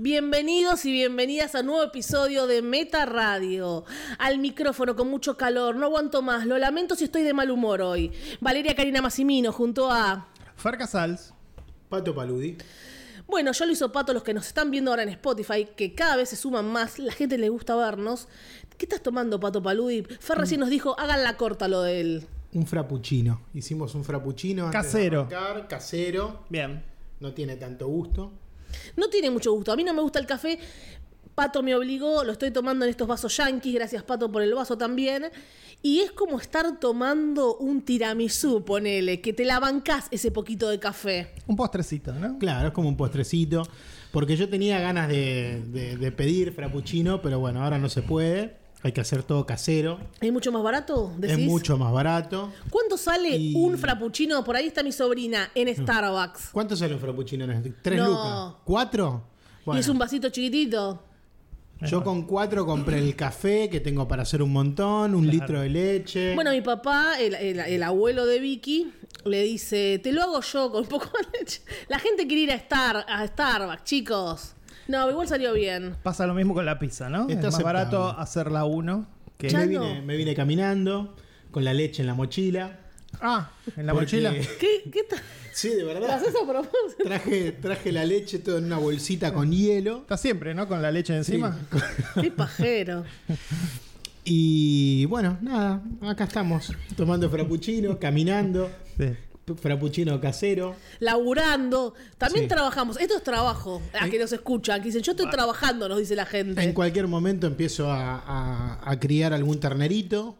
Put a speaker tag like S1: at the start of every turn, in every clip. S1: Bienvenidos y bienvenidas a un nuevo episodio de Meta Radio. Al micrófono con mucho calor, no aguanto más, lo lamento si estoy de mal humor hoy. Valeria Karina Massimino junto a...
S2: Fer Casals.
S3: Pato Paludi.
S1: Bueno, yo lo hizo Pato, los que nos están viendo ahora en Spotify, que cada vez se suman más, la gente le gusta vernos. ¿Qué estás tomando, Pato Paludi? Fer recién nos dijo, háganla corta lo de él.
S3: Un frappuccino. Hicimos un frappuccino. antes de
S2: Casero.
S3: arrancar, casero.
S2: Bien.
S3: No tiene tanto gusto.
S1: No tiene mucho gusto. A mí no me gusta el café. Pato me obligó, lo estoy tomando en estos vasos yanquis. Gracias, Pato, por el vaso también. Y es como estar tomando un tiramisú, ponele, que te la bancás ese poquito de café.
S2: Un postrecito, ¿no?
S3: Claro, es como un postrecito. Porque yo tenía ganas de, de- de pedir frappuccino, pero bueno, ahora no se puede. Hay que hacer todo casero.
S1: ¿Es mucho más barato? Decís?
S3: Es mucho más barato.
S1: ¿Cuánto sale
S3: Y-
S1: un frappuccino? Por ahí está mi sobrina en Starbucks.
S3: ¿Cuánto sale un frappuccino? en este? ¿Tres
S1: No.
S3: lucas? ¿Cuatro?
S1: Y
S3: Bueno,
S1: es un vasito chiquitito.
S3: yo con cuatro compré el café que tengo para hacer un montón, un litro de leche.
S1: Bueno, mi papá, el, el- el abuelo de Vicky, le dice, te lo hago yo con poco de leche. La gente quiere ir a, Star, a Starbucks, chicos. No, igual salió bien.
S2: Pasa lo mismo con la pizza, ¿no?
S3: Está
S2: es más
S3: aceptable.
S2: barato hacerla uno que.
S1: Ya-
S3: me,
S1: no.
S3: vine, me vine caminando con la leche en la mochila.
S2: Ah, en la
S3: Porque-
S2: mochila.
S1: ¿Qué, qué tal?
S3: Sí, de verdad.
S1: ¿Las haces a propósito?
S3: Traje, traje la leche todo en una bolsita con hielo.
S2: Está siempre, ¿no? Con la leche encima.
S1: Qué pajero.
S3: Y bueno, nada, acá estamos. Tomando frappuccino, caminando.
S2: Sí.
S3: Frappuccino casero.
S1: Laburando. También
S3: Sí.
S1: trabajamos. Esto es trabajo. A que nos escuchan. Que dicen, yo estoy trabajando, nos dice la
S3: En
S1: gente.
S3: cualquier momento empiezo a, a- a criar algún ternerito.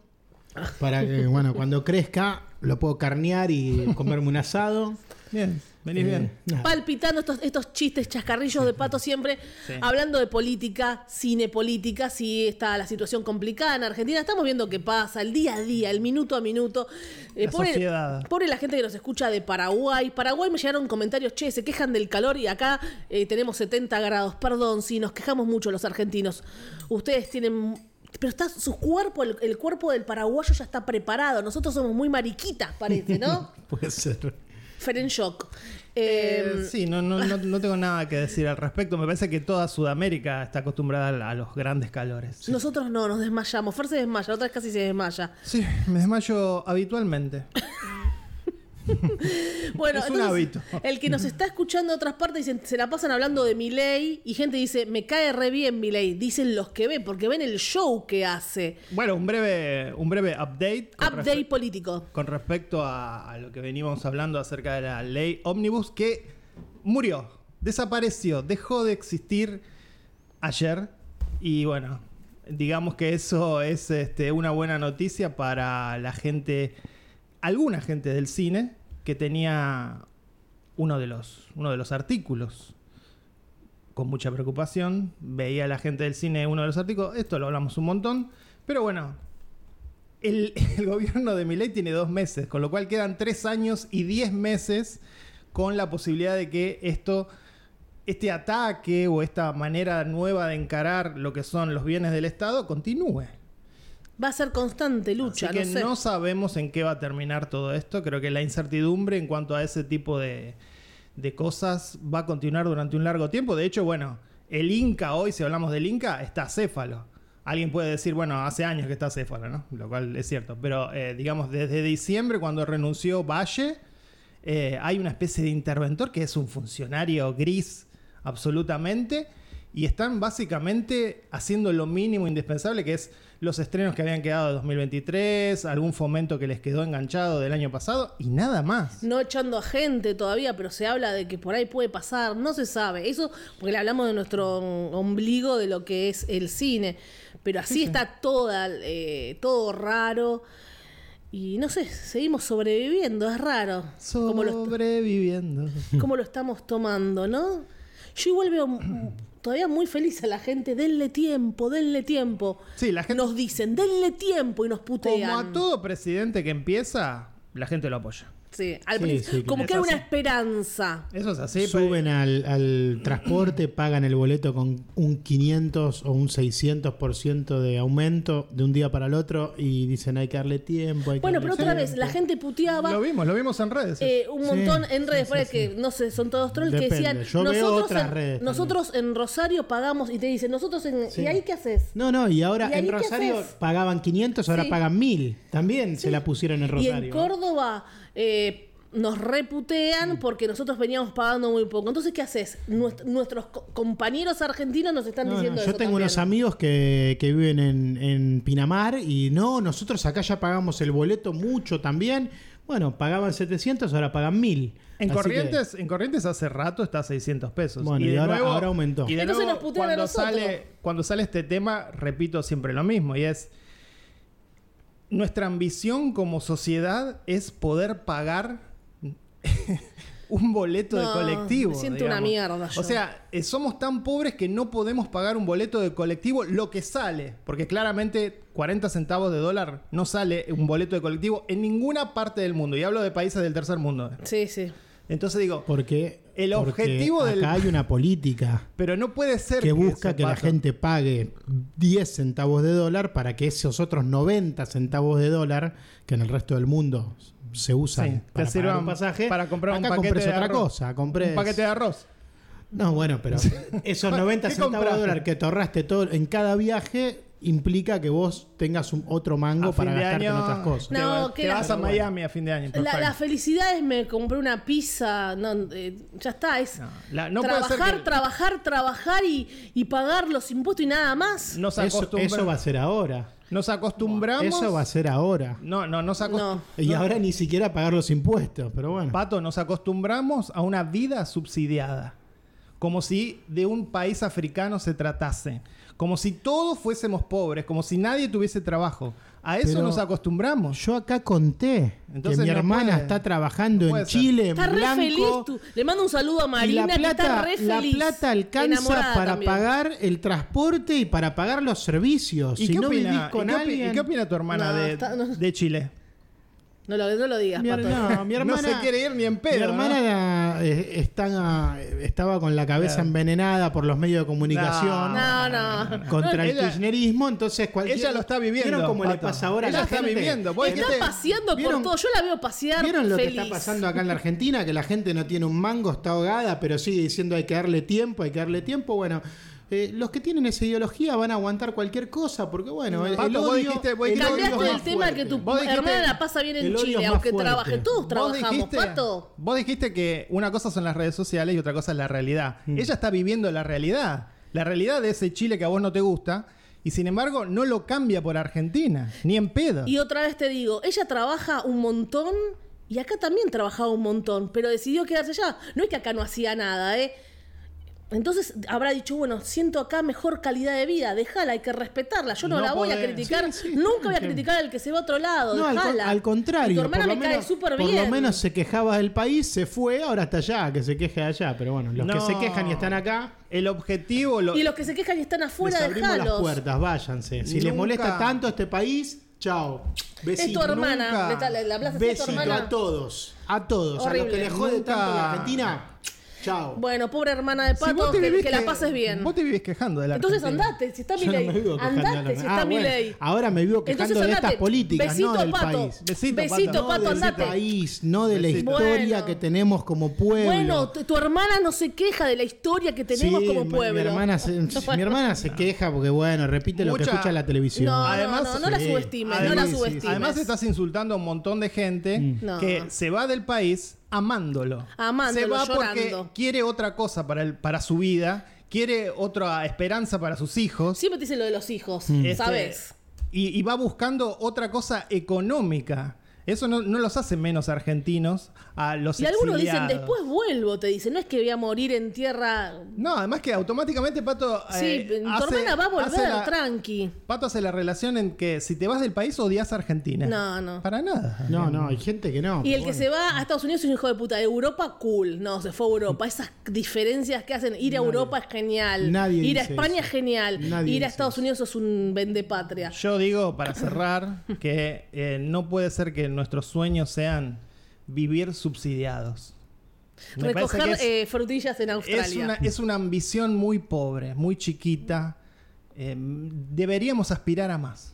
S3: Para que, bueno, cuando crezca, lo puedo carnear y comerme un asado.
S2: Bien, venís bien.
S3: Eh, nada.
S1: Palpitando estos, estos chistes chascarrillos de pato siempre, hablando de política, cine política, si está la situación complicada en Argentina, estamos viendo qué pasa, el día a día, el minuto a minuto. Eh,
S2: La sociedad.
S1: pobre la gente que nos escucha de Paraguay. Paraguay me llegaron comentarios, che, se quejan del calor y acá eh, tenemos 70 grados. Perdón, si nos quejamos mucho los argentinos. Ustedes tienen... Pero está su cuerpo, el, el cuerpo del paraguayo ya está preparado. Nosotros somos muy mariquitas, parece, ¿no?
S3: Puede ser.
S1: Feren Shock. Em,
S2: Eh, sí, no, no, no, no tengo nada que decir al respecto. Me parece que toda Sudamérica está acostumbrada a- a los grandes calores.
S1: Nosotros no, nos desmayamos. Fer se desmaya, la otra vez casi se desmaya.
S2: Sí, me desmayo habitualmente.
S1: Bueno,
S2: Es un
S1: entonces,
S2: hábito.
S1: el que nos está escuchando de otras partes dicen, se la pasan hablando de Milei y gente dice, me cae re bien Milei. Dicen los que ven, porque ven el show que hace.
S2: Bueno, un breve, un breve update. con
S1: Update
S2: respe-
S1: político.
S2: Con respecto a, a lo que venimos hablando acerca de la ley Omnibus, que murió, desapareció, dejó de existir ayer. Y bueno, digamos que eso es este, una buena noticia para la gente, alguna gente del cine, que tenía uno de los, uno de los artículos. Con mucha preocupación, veía a la gente del cine uno de los artículos. Esto lo hablamos un montón. Pero bueno, el, el gobierno de Milei tiene dos meses, con lo cual quedan tres años y diez meses con la posibilidad de que esto, este ataque o esta manera nueva de encarar lo que son los bienes del Estado continúe.
S1: Va a ser constante lucha,
S2: Así que
S1: no sé.
S2: no sabemos en qué va a terminar todo esto. Creo que la incertidumbre en cuanto a ese tipo de, de cosas va a continuar durante un largo tiempo. De hecho, bueno, el Inca hoy, si hablamos del Inca, está céfalo. Alguien puede decir, bueno, hace años que está céfalo, ¿no? Lo cual es cierto. Pero eh, digamos, desde diciembre, cuando renunció Valle, eh, hay una especie de interventor que es un funcionario gris absolutamente. Y están básicamente haciendo lo mínimo indispensable, que es los estrenos que habían quedado de 2023, algún fomento que les quedó enganchado del año pasado y nada más.
S1: No echando a gente todavía, pero se habla de que por ahí puede pasar, no se sabe. Eso porque le hablamos de nuestro ombligo, de lo que es el cine. Pero así está toda, eh, todo raro. Y no sé, seguimos sobreviviendo, es raro. Como lo,
S2: Sobreviviendo.
S1: como lo estamos tomando, ¿no? Yo igual veo mm, todavía muy feliz a la gente, denle tiempo, denle tiempo.
S2: Sí, la gente,
S1: Nos dicen, denle tiempo y nos
S2: como
S1: putean.
S2: a todo presidente que empieza, la gente lo apoya.
S1: Sí, al
S3: Sí,
S1: principio.
S3: sí,
S1: como
S2: claro.
S1: que hay
S2: Es
S1: una
S2: así.
S1: esperanza.
S2: Eso es así.
S3: Suben
S2: pero-
S3: al, al transporte, pagan el boleto con un 500 o un 600% de aumento de un día para el otro y dicen hay que darle tiempo. hay que
S1: Bueno, pero
S3: darle
S1: otra
S3: tiempo".
S1: vez, la gente puteaba.
S2: Lo vimos, lo vimos en redes.
S1: eh, un
S3: Sí,
S1: montón en redes
S3: sí,
S1: fuera
S3: sí,
S1: que no sé, son todos trolls que
S3: Depende,
S1: decían
S3: yo veo otras
S1: en,
S3: redes también".
S1: nosotros en Rosario pagamos y te dicen, nosotros en
S3: Sí.
S1: ¿y ahí qué haces?
S3: No, no, y ahora
S1: ¿Y ahí
S3: en
S1: qué
S3: Rosario
S1: haces?
S3: pagaban 500, ahora
S1: Sí.
S3: pagan 1000. También se la pusieron
S1: Y
S3: en Rosario.
S1: en Córdoba eh, nos reputean porque nosotros veníamos pagando muy poco. Entonces, ¿qué haces? Nuest- nuestros co- compañeros argentinos nos están
S3: No, no,
S1: diciendo
S3: yo
S1: eso.
S3: tengo unos
S1: también.
S3: amigos que, que viven en, en Pinamar y no, nosotros acá ya pagamos el boleto mucho también. Bueno, pagaban 700, ahora pagan 1000.
S2: En
S3: Así que-
S2: Corrientes, en Corrientes hace rato está a 600 pesos.
S3: Bueno, y
S2: de
S3: ahora- ahora aumentó.
S2: de
S1: Entonces
S2: nuevo,
S1: nos putean a
S2: cuando
S1: nosotros.
S2: sale, cuando sale este tema, repito siempre lo mismo, y es nuestra ambición como sociedad es poder pagar un boleto de
S1: No,
S2: colectivo.
S1: me siento una
S2: digamos.
S1: mierda yo.
S2: O sea, eh, somos tan pobres que no podemos pagar un boleto de colectivo lo que sale, porque claramente 40 centavos de dólar no sale un boleto de colectivo en ninguna parte del mundo. Y hablo de países del tercer mundo. eh.
S1: Sí, sí.
S2: Entonces digo,
S3: Pues, Porque
S2: El
S3: porque
S2: objetivo
S3: acá
S2: del-
S3: hay una política
S2: pero no puede ser
S3: que busca
S2: eso
S3: que la
S2: pase.
S3: gente pague 10 centavos de dólar para que esos otros 90 centavos de dólar que en el resto del mundo se usan
S2: Sí,
S3: para
S2: te sirvan
S3: pagar un pasaje
S2: para comprar un
S3: acá
S2: paquete
S3: compres
S2: de
S3: otra
S2: arroz.
S3: cosa, compres
S2: un paquete de arroz.
S3: No, bueno, pero esos 90
S2: ¿Qué
S3: centavos
S2: compraste?
S3: de dólar que te ahorraste todo en cada viaje implica que vos tengas un otro mango
S2: A
S3: para
S2: fin de
S3: gastarte en
S2: año
S3: otras cosas.
S2: te,
S1: No,
S2: va-
S1: qué
S2: te vas a
S1: lástima.
S2: Miami a fin de año.
S1: La,
S2: perfecto.
S1: la felicidad es me compré una pizza. No, eh, ya está, es
S2: No, la- no puede ser
S1: trabajar,
S2: que-
S1: trabajar, trabajar y, y pagar los impuestos y nada más.
S2: nos,
S3: Eso,
S2: acostumbra-
S3: eso va a ser ahora.
S2: nos acostumbramos.
S3: Eso va a ser ahora.
S2: No, no, nos acos-
S1: No.
S3: Y ahora ni siquiera pagar los impuestos, pero bueno.
S2: Pato, nos acostumbramos a una vida subsidiada. Como si de un país africano se tratase. Como si todos fuésemos pobres. Como si nadie tuviese trabajo. A eso
S3: Pero-
S2: nos acostumbramos.
S3: Yo acá conté
S2: Entonces
S3: que mi
S2: no
S3: hermana
S2: puede-
S3: está
S2: no
S3: trabajando
S2: puede
S3: en
S2: ser.
S3: Chile, en
S1: Está re
S3: blanco.
S1: feliz. tú. Le mando un saludo a
S3: y
S1: Marina,
S3: la plata,
S1: que está re
S3: la
S1: feliz.
S3: plata alcanza
S1: Enamorada
S3: para
S1: también.
S3: pagar el transporte y para pagar los servicios.
S2: ¿Y
S3: si
S2: qué
S3: no
S2: opina-
S3: vivís con
S2: y qué opi-
S3: alguien.
S2: ¿Y qué opina tu hermana
S1: No,
S2: de,
S1: está- no.
S2: de Chile?
S1: No lo, no lo digas,
S3: Mi, her-
S1: Pato.
S3: no, mi hermana,
S2: no se quiere ir ni en pedo.
S3: mi hermana
S2: ¿no?
S3: era- eh, está- estaba con la cabeza
S2: Claro.
S3: envenenada por los medios de comunicación.
S1: No, no.
S3: Contra el
S2: Ella-
S3: kirchnerismo, entonces cualquier...
S2: Ella lo está viviendo.
S3: ¿Vieron cómo le
S2: Pato?
S3: pasa ahora a
S2: Ella
S3: la
S2: está
S3: gente?
S2: viviendo. Vos
S1: Está
S2: dijiste-
S1: paseando por
S3: ¿Vieron-
S1: todo. Yo la veo pasear
S3: ¿Vieron lo
S1: feliz.
S3: que está pasando acá en la Argentina? Que la gente no tiene un mango, está ahogada, pero sigue diciendo hay que darle tiempo, hay que darle tiempo. Bueno, eh, los que tienen esa ideología van a aguantar cualquier cosa, porque bueno, el,
S2: Pato,
S3: el
S2: vos
S3: odio-
S2: dijiste- vos
S3: el
S2: dijiste-
S3: odio es
S1: Cambiaste el
S3: más
S1: tema
S3: fuerte.
S1: que tu
S2: Vos dijiste-
S1: hermana la pasa bien
S3: el
S1: en
S3: odio
S1: Chile,
S3: es más
S1: aunque
S3: fuerte.
S1: trabaje. Todos
S2: Vos
S1: trabajamos,
S2: dijiste-
S1: Pato.
S2: Vos dijiste que una cosa son las redes sociales y otra cosa es la realidad.
S3: Mm.
S2: Ella está viviendo la realidad. La realidad de ese Chile que a vos no te gusta. Y sin embargo, no lo cambia por Argentina. Ni en pedo.
S1: Y otra vez te digo, ella trabaja un montón y acá también trabajaba un montón, pero decidió quedarse allá. No es que acá no hacía nada, ¿eh? Entonces habrá dicho, bueno, siento acá mejor calidad de vida, déjala, hay que respetarla. Yo no,
S2: No
S1: la voy a
S2: podés.
S1: criticar,
S3: Sí, sí,
S1: nunca voy a
S3: entiendo.
S1: criticar al que se va a otro lado,
S3: No, al,
S1: déjala.
S3: con- al
S1: Y
S3: contrario,
S1: tu hermana
S3: por, lo
S1: me
S3: menos,
S1: cae súper
S3: por
S1: bien.
S3: lo menos se quejaba del país, se fue, ahora está allá, que se queje de allá. Pero bueno, los que
S2: No.
S3: se quejan y están acá,
S2: El objetivo. Lo...
S1: Y los que se quejan y están afuera,
S3: les abrimos las
S1: dejalos.
S3: puertas, váyanse. Si les
S2: Nunca-
S3: molesta tanto este país, chao.
S1: Es tu
S3: Besito.
S1: hermana,
S2: nunca.
S1: está la, la plaza es tu
S3: Besito
S1: hermana.
S3: a todos, a todos, a
S1: Horrible.
S3: los que les jode
S2: Nunca-
S3: tanto la Argentina, chao.
S1: Bueno, pobre hermana de
S2: Si vos
S1: Pato,
S2: te
S1: que- que,
S2: vivís
S1: la pases bien.
S2: Vos te vivís quejando de la
S1: Entonces
S2: Argentina.
S1: andate, si está mi
S3: Yo no me
S1: ley.
S3: vivo quejando de la-
S1: andate, si está
S3: Ah,
S1: mi
S3: bueno,
S1: ley.
S3: Ahora me vivo quejando
S1: Entonces
S3: de
S1: andate.
S3: estas políticas,
S1: Besito,
S3: no del
S1: Pato.
S3: país.
S2: Besito,
S1: Besito,
S2: Pato.
S1: Pato,
S3: no del
S1: andate.
S3: Este país, no de la
S2: Besito.
S3: historia
S1: Bueno.
S3: que tenemos como pueblo.
S1: Bueno, tu, tu hermana no se queja de la historia que tenemos
S3: Sí,
S1: como
S3: mi-
S1: pueblo.
S3: Mi hermana se, mi hermana se queja porque, bueno, repite lo que
S2: Mucha-
S3: escucha en la televisión.
S1: No,
S2: Además,
S1: no, no, no la
S3: sí.
S1: subestimes, no
S2: Además-
S1: la
S3: sí, sí, sí.
S1: subestimes. Mm.
S2: Además estás insultando a un montón de gente
S1: No.
S2: que se va del país amándolo.
S1: Amándolo,
S2: se va
S1: llorando.
S2: porque quiere otra cosa para, el, para su vida, quiere otra esperanza para sus hijos.
S1: Siempre te dicen lo de los hijos,
S3: Mm.
S2: Este,
S1: ¿sabes?
S2: Y, y va buscando otra cosa económica. Eso no, no los hace menos argentinos a los
S1: Y algunos dicen,
S2: exiliados.
S1: después vuelvo, te dicen, no es que voy a morir en
S3: Eh,
S1: tierra.
S2: No, además que automáticamente Pato.
S1: Sí,
S2: eh,
S1: tu
S2: hace-
S1: hermana va a
S2: hace
S1: volver,
S2: la-
S1: tranqui.
S2: Pato hace la relación en que si te vas del país odias a Argentina.
S1: No, no.
S2: Para nada.
S3: No, no, hay gente que no.
S1: Y
S3: pero
S1: el que
S3: bueno.
S1: se va a Estados Unidos es un hijo de puta. Europa, cool. No, se fue a Europa. Esas diferencias que hacen. Ir a Europa es genial.
S3: Nadie
S1: Ir a
S3: dice
S1: España
S3: eso.
S1: es genial.
S3: Nadie
S1: Ir a
S3: dice
S1: Estados
S3: eso.
S1: Unidos es un vendepatria.
S2: Yo digo, para cerrar, que eh, no puede ser que nuestros sueños sean vivir subsidiados. Me parece
S1: Recoger
S2: que es-
S1: eh, frutillas en
S2: es
S1: Australia.
S2: una, es una ambición muy pobre, muy chiquita. Eh, deberíamos aspirar a más.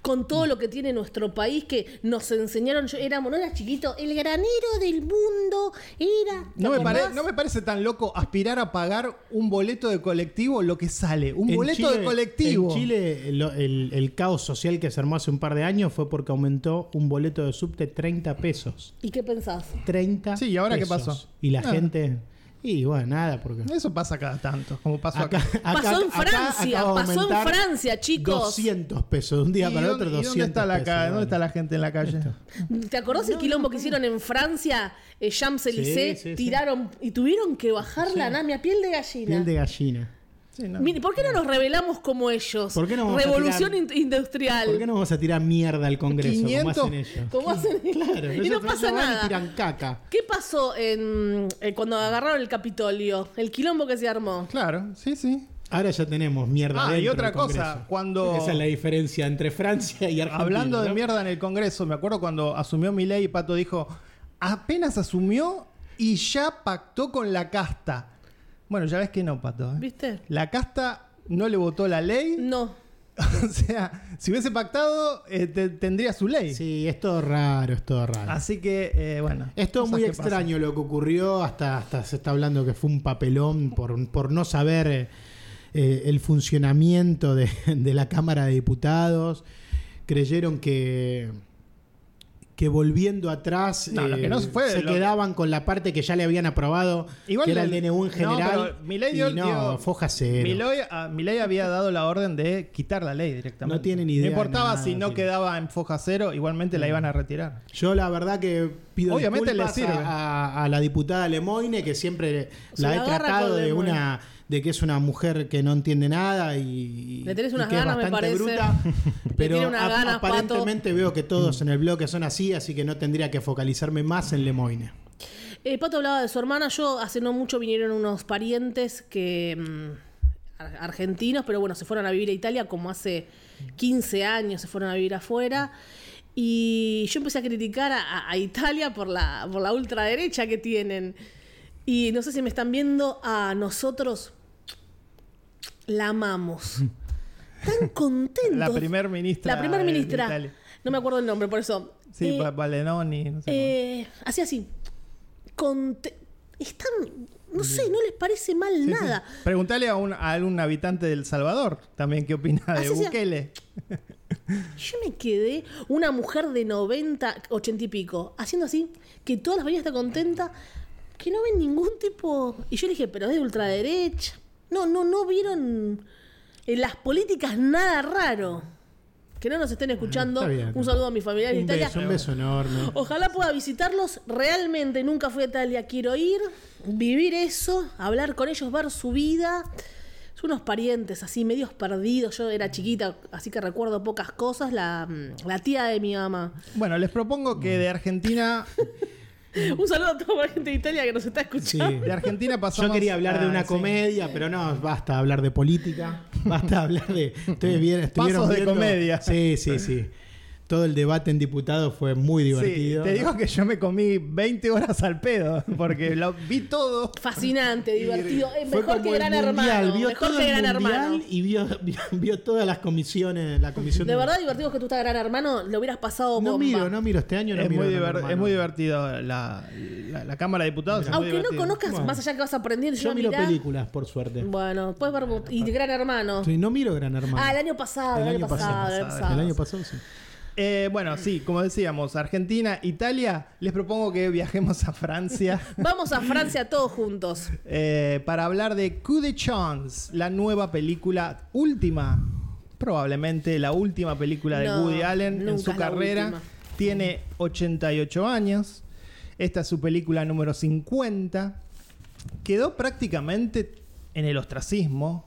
S1: Con todo lo que tiene nuestro país que nos enseñaron, yo éramos, no era chiquito, el granero del mundo era.
S2: No me,
S1: ¿te
S2: pare-
S1: acordás?
S2: no me parece tan loco aspirar a pagar un boleto de colectivo lo que sale. Un
S3: En
S2: boleto
S3: Chile-
S2: de colectivo.
S3: En Chile, lo- el, el caos social que se armó hace un par de años fue porque aumentó un boleto de subte 30 pesos.
S1: ¿Y qué pensás?
S3: 30
S2: Sí, ¿y ahora qué
S3: pesos.
S2: pasó? Ah.
S3: Y la
S2: Nada.
S3: gente. Y bueno, nada, porque.
S2: Eso pasa cada tanto, como pasó acá.
S3: Acá- acá-
S1: pasó en
S3: acá
S1: Francia,
S3: acaba de
S1: pasó en
S3: aumentar
S1: Francia, chicos.
S3: 200 pesos, de un
S2: ¿Y
S3: día para el
S2: dónde-
S3: otro
S2: y
S3: 200
S2: dónde está la
S3: pesos,
S2: ca-
S3: bueno.
S2: ¿Dónde está la gente en la calle?
S1: ¿Te acordás el quilombo que hicieron en Francia? Eh, Champs-Élysées
S3: Sí, sí, sí.
S1: tiraron y tuvieron que bajar la nami a piel de gallina.
S3: Piel de gallina.
S2: Sí, no.
S1: Mire, ¿por qué no nos rebelamos como ellos?
S3: ¿Por qué no vamos a
S1: Revolución
S3: tirar-
S1: in- industrial.
S3: ¿Por qué no vamos a tirar mierda al Congreso
S2: 500
S3: como hacen ellos?
S1: Como hacen
S3: Claro,
S1: y no
S3: ellos
S1: pasa
S3: van y
S1: nada.
S3: tiran caca.
S1: ¿Qué pasó en, eh, cuando agarraron el Capitolio? El quilombo que se armó.
S2: Claro, sí, sí.
S3: Ahora ya tenemos mierda.
S2: Ah,
S3: dentro
S2: y otra
S3: del Congreso.
S2: cosa, cuando-
S3: Esa es la diferencia entre Francia y Argentina.
S2: Hablando de
S3: ¿no?
S2: mierda en el Congreso, me acuerdo cuando asumió mi ley, Pato dijo, apenas asumió y ya pactó con la casta. Bueno, ya ves que no, Pato. ¿eh?
S1: ¿Viste?
S2: La casta no le votó la ley.
S1: No.
S2: O sea, si hubiese pactado, eh, te- tendría su ley.
S3: Sí, es todo raro, es todo raro.
S2: Así que, eh, bueno.
S3: es todo
S2: cosas
S3: muy
S2: que pasan.
S3: extraño lo que ocurrió, hasta, hasta se está hablando que fue un papelón por, por no saber eh, eh, el funcionamiento de, de la Cámara de Diputados. Creyeron que, que volviendo atrás eh,
S2: No, lo que no fue,
S3: se
S2: lo-
S3: quedaban con la parte que ya le habían aprobado,
S2: Igual
S3: que era el
S2: la-
S3: DNU
S2: no,
S3: en general.
S2: pero Milei
S3: y
S2: dio-
S3: no,
S2: dio-
S3: foja cero.
S2: Milei, ah, Milei había dado la orden de quitar la ley directamente.
S3: No tiene ni idea
S2: No importaba
S3: nada, Mm.
S2: si no
S3: tiene.
S2: quedaba en foja cero, igualmente la iban a retirar.
S3: Yo la verdad que pido
S2: Obviamente
S3: disculpas
S2: le sirve.
S3: A, a- a la diputada Lemoine, que siempre
S1: Se
S3: la
S1: la
S3: he
S1: agarra
S3: tratado
S1: con
S3: de
S1: Lemoyne.
S3: una de que es una mujer que no entiende nada y,
S1: Le tenés
S3: y
S1: unas
S3: que
S1: ganas, me
S3: es bastante
S1: parece.
S3: bruta.
S1: Le tiene
S3: Pero
S1: unas
S3: ap-
S1: ganas, Pato.
S3: aparentemente veo que todos en el bloque son así, así que no tendría que focalizarme más en Lemoine.
S1: Eh, Pato hablaba de su hermana. Yo hace no mucho vinieron unos parientes que. mm, ar- argentinos, pero bueno, se fueron a vivir a Italia como hace 15 años se fueron a vivir afuera. Y yo empecé a criticar a- a, a Italia por la, por la ultraderecha que tienen. Y no sé si me están viendo a nosotros. La amamos. Tan contentos.
S2: La primer ministra
S1: La primer
S2: de- de
S1: ministra.
S2: Italia.
S1: No me acuerdo el nombre, por eso.
S2: Sí,
S1: Eh,
S2: Pa- Palenoni, no sé cómo.
S1: eh, así, así. Con te- Están. No sé, no les parece mal
S2: Sí, sí.
S1: nada.
S2: Preguntale a, un, a algún habitante del Salvador también qué opina
S1: Ah,
S2: de
S1: sí, sí.
S2: Bukele.
S1: Yo me quedé una mujer de 90, 80 y pico, haciendo así, que todas las mañanas está contenta, que no ven ningún tipo. Y yo le dije, pero es de ultraderecha. No, no, no vieron en las políticas nada raro. Que no nos estén escuchando.
S3: está bien.
S1: Un saludo a mis familiares de
S3: Un
S1: Italia.
S3: beso, un beso enorme.
S1: Ojalá pueda visitarlos. Realmente nunca fui a Italia. Quiero ir, vivir eso, hablar con ellos, ver su vida. Son unos parientes así, medios perdidos. Yo era chiquita, así que recuerdo pocas cosas. La, mm, la tía de mi mamá.
S2: Bueno, les propongo que de Argentina,
S1: Un saludo a toda la gente de Italia que nos está
S3: Mm. Sí.
S1: escuchando.
S2: de Argentina pasamos.
S3: Yo quería hablar de
S2: a-
S3: una
S2: Ah, sí.
S3: comedia, pero no, basta hablar de política, basta hablar de... Ustedes bien, estuvieron
S2: Pasos de
S3: viendo-
S2: comedia.
S3: Sí, sí, sí. Todo el debate en diputados fue muy
S2: Sí,
S3: divertido.
S2: te digo que yo me comí 20 horas al pedo, porque lo vi todo.
S1: Fascinante, divertido. Eh,
S3: Fue
S1: mejor
S3: como
S1: que
S3: el
S1: Gran
S3: Mundial,
S1: Hermano.
S3: vio
S1: Mejor
S3: todo
S1: que
S3: el
S1: Gran
S3: Mundial
S1: Hermano.
S3: Y vio, vio, vio todas las comisiones, la comisión.
S1: De verdad divertido que tú estás Gran Hermano, lo hubieras pasado bomba.
S3: No miro, no miro este año, no
S2: Es
S3: miro
S2: muy,
S3: Gran
S2: diver-
S3: Hermano.
S2: es muy divertido la, la- la Cámara de Diputados. es muy
S1: Aunque no
S2: divertido.
S1: conozcas,
S3: Bueno.
S1: más allá que vas aprendiendo,
S3: Yo
S1: encima
S3: miro
S1: mirás.
S3: películas, por suerte.
S1: Bueno, puedes ver. Y Gran Hermano.
S3: Sí, no miro Gran Hermano.
S1: Ah, el año pasado, el, año, pasado, el año pasado.
S3: El año pasado, sí.
S2: Eh, bueno, sí, como decíamos, Argentina, Italia, les propongo que viajemos a Francia
S1: Vamos a Francia todos juntos.
S2: eh, para hablar de Coup de Chance, la nueva película última, probablemente la última película de
S1: No,
S2: Woody Allen en
S1: nunca
S2: su
S1: es la
S2: carrera.
S1: última.
S2: Tiene 88 años. Esta es su película número 50. Quedó prácticamente en el ostracismo,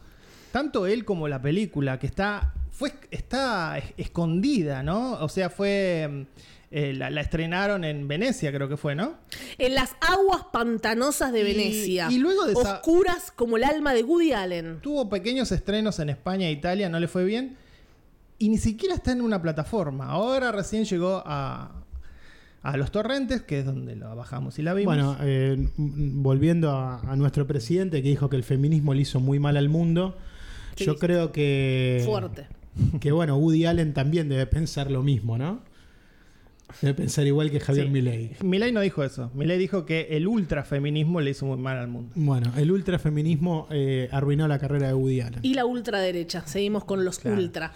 S2: tanto él como la película, que está, fue, está es- escondida, ¿no? O sea, fue... eh, la, la estrenaron en Venecia, creo que fue, ¿no?
S1: En las aguas pantanosas de
S2: Y-
S1: Venecia.
S2: y luego de esa-
S1: Oscuras como el alma de Woody Allen.
S2: Tuvo pequeños estrenos en España e Italia, no le fue bien. Y ni siquiera está en una plataforma. Ahora recién llegó a, a a los torrentes, que es donde la bajamos y la vimos.
S3: Bueno, eh, m- volviendo a, a nuestro presidente que dijo que el feminismo le hizo muy mal al mundo,
S1: Sí.
S3: yo creo que...
S1: Fuerte.
S3: Que bueno, Woody Allen también debe pensar lo mismo, ¿no? Debe pensar igual que Javier
S2: Sí.
S3: Milei.
S2: Milei no dijo eso. Milei dijo que el ultrafeminismo le hizo muy mal al mundo.
S3: Bueno, el ultrafeminismo eh, arruinó la carrera de Woody Allen.
S1: Y la ultraderecha. Seguimos con los
S3: Claro.
S1: ultra.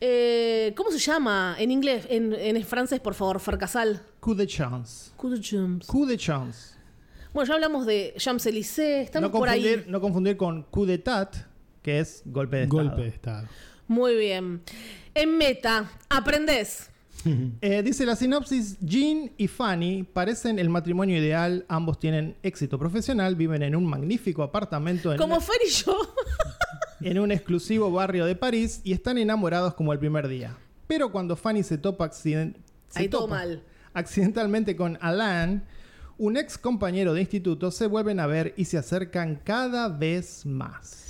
S1: Eh, ¿Cómo se llama en inglés? En, en francés, por favor, Farcasal.
S2: Coup de chance.
S1: Coup de Champs.
S2: Coup de chance.
S1: Bueno, ya hablamos de Champs-Élysées. Estamos
S2: No
S1: por
S2: confundir,
S1: ahí.
S2: no confundir con coup d'etat, que es golpe de estado.
S3: Eh, Golpe de Estado.
S1: Muy bien. En meta, aprendés.
S2: Eh, dice la sinopsis, Jean y Fanny parecen el matrimonio ideal, ambos tienen éxito profesional, viven en un magnífico apartamento en,
S1: Como Fer y yo.
S2: en un exclusivo barrio de París y están enamorados como el primer día. Pero cuando Fanny se topa, acciden- se
S1: Ahí todo
S2: topa
S1: mal.
S2: accidentalmente con Alan, un ex compañero de instituto, se vuelven a ver y se acercan cada vez más.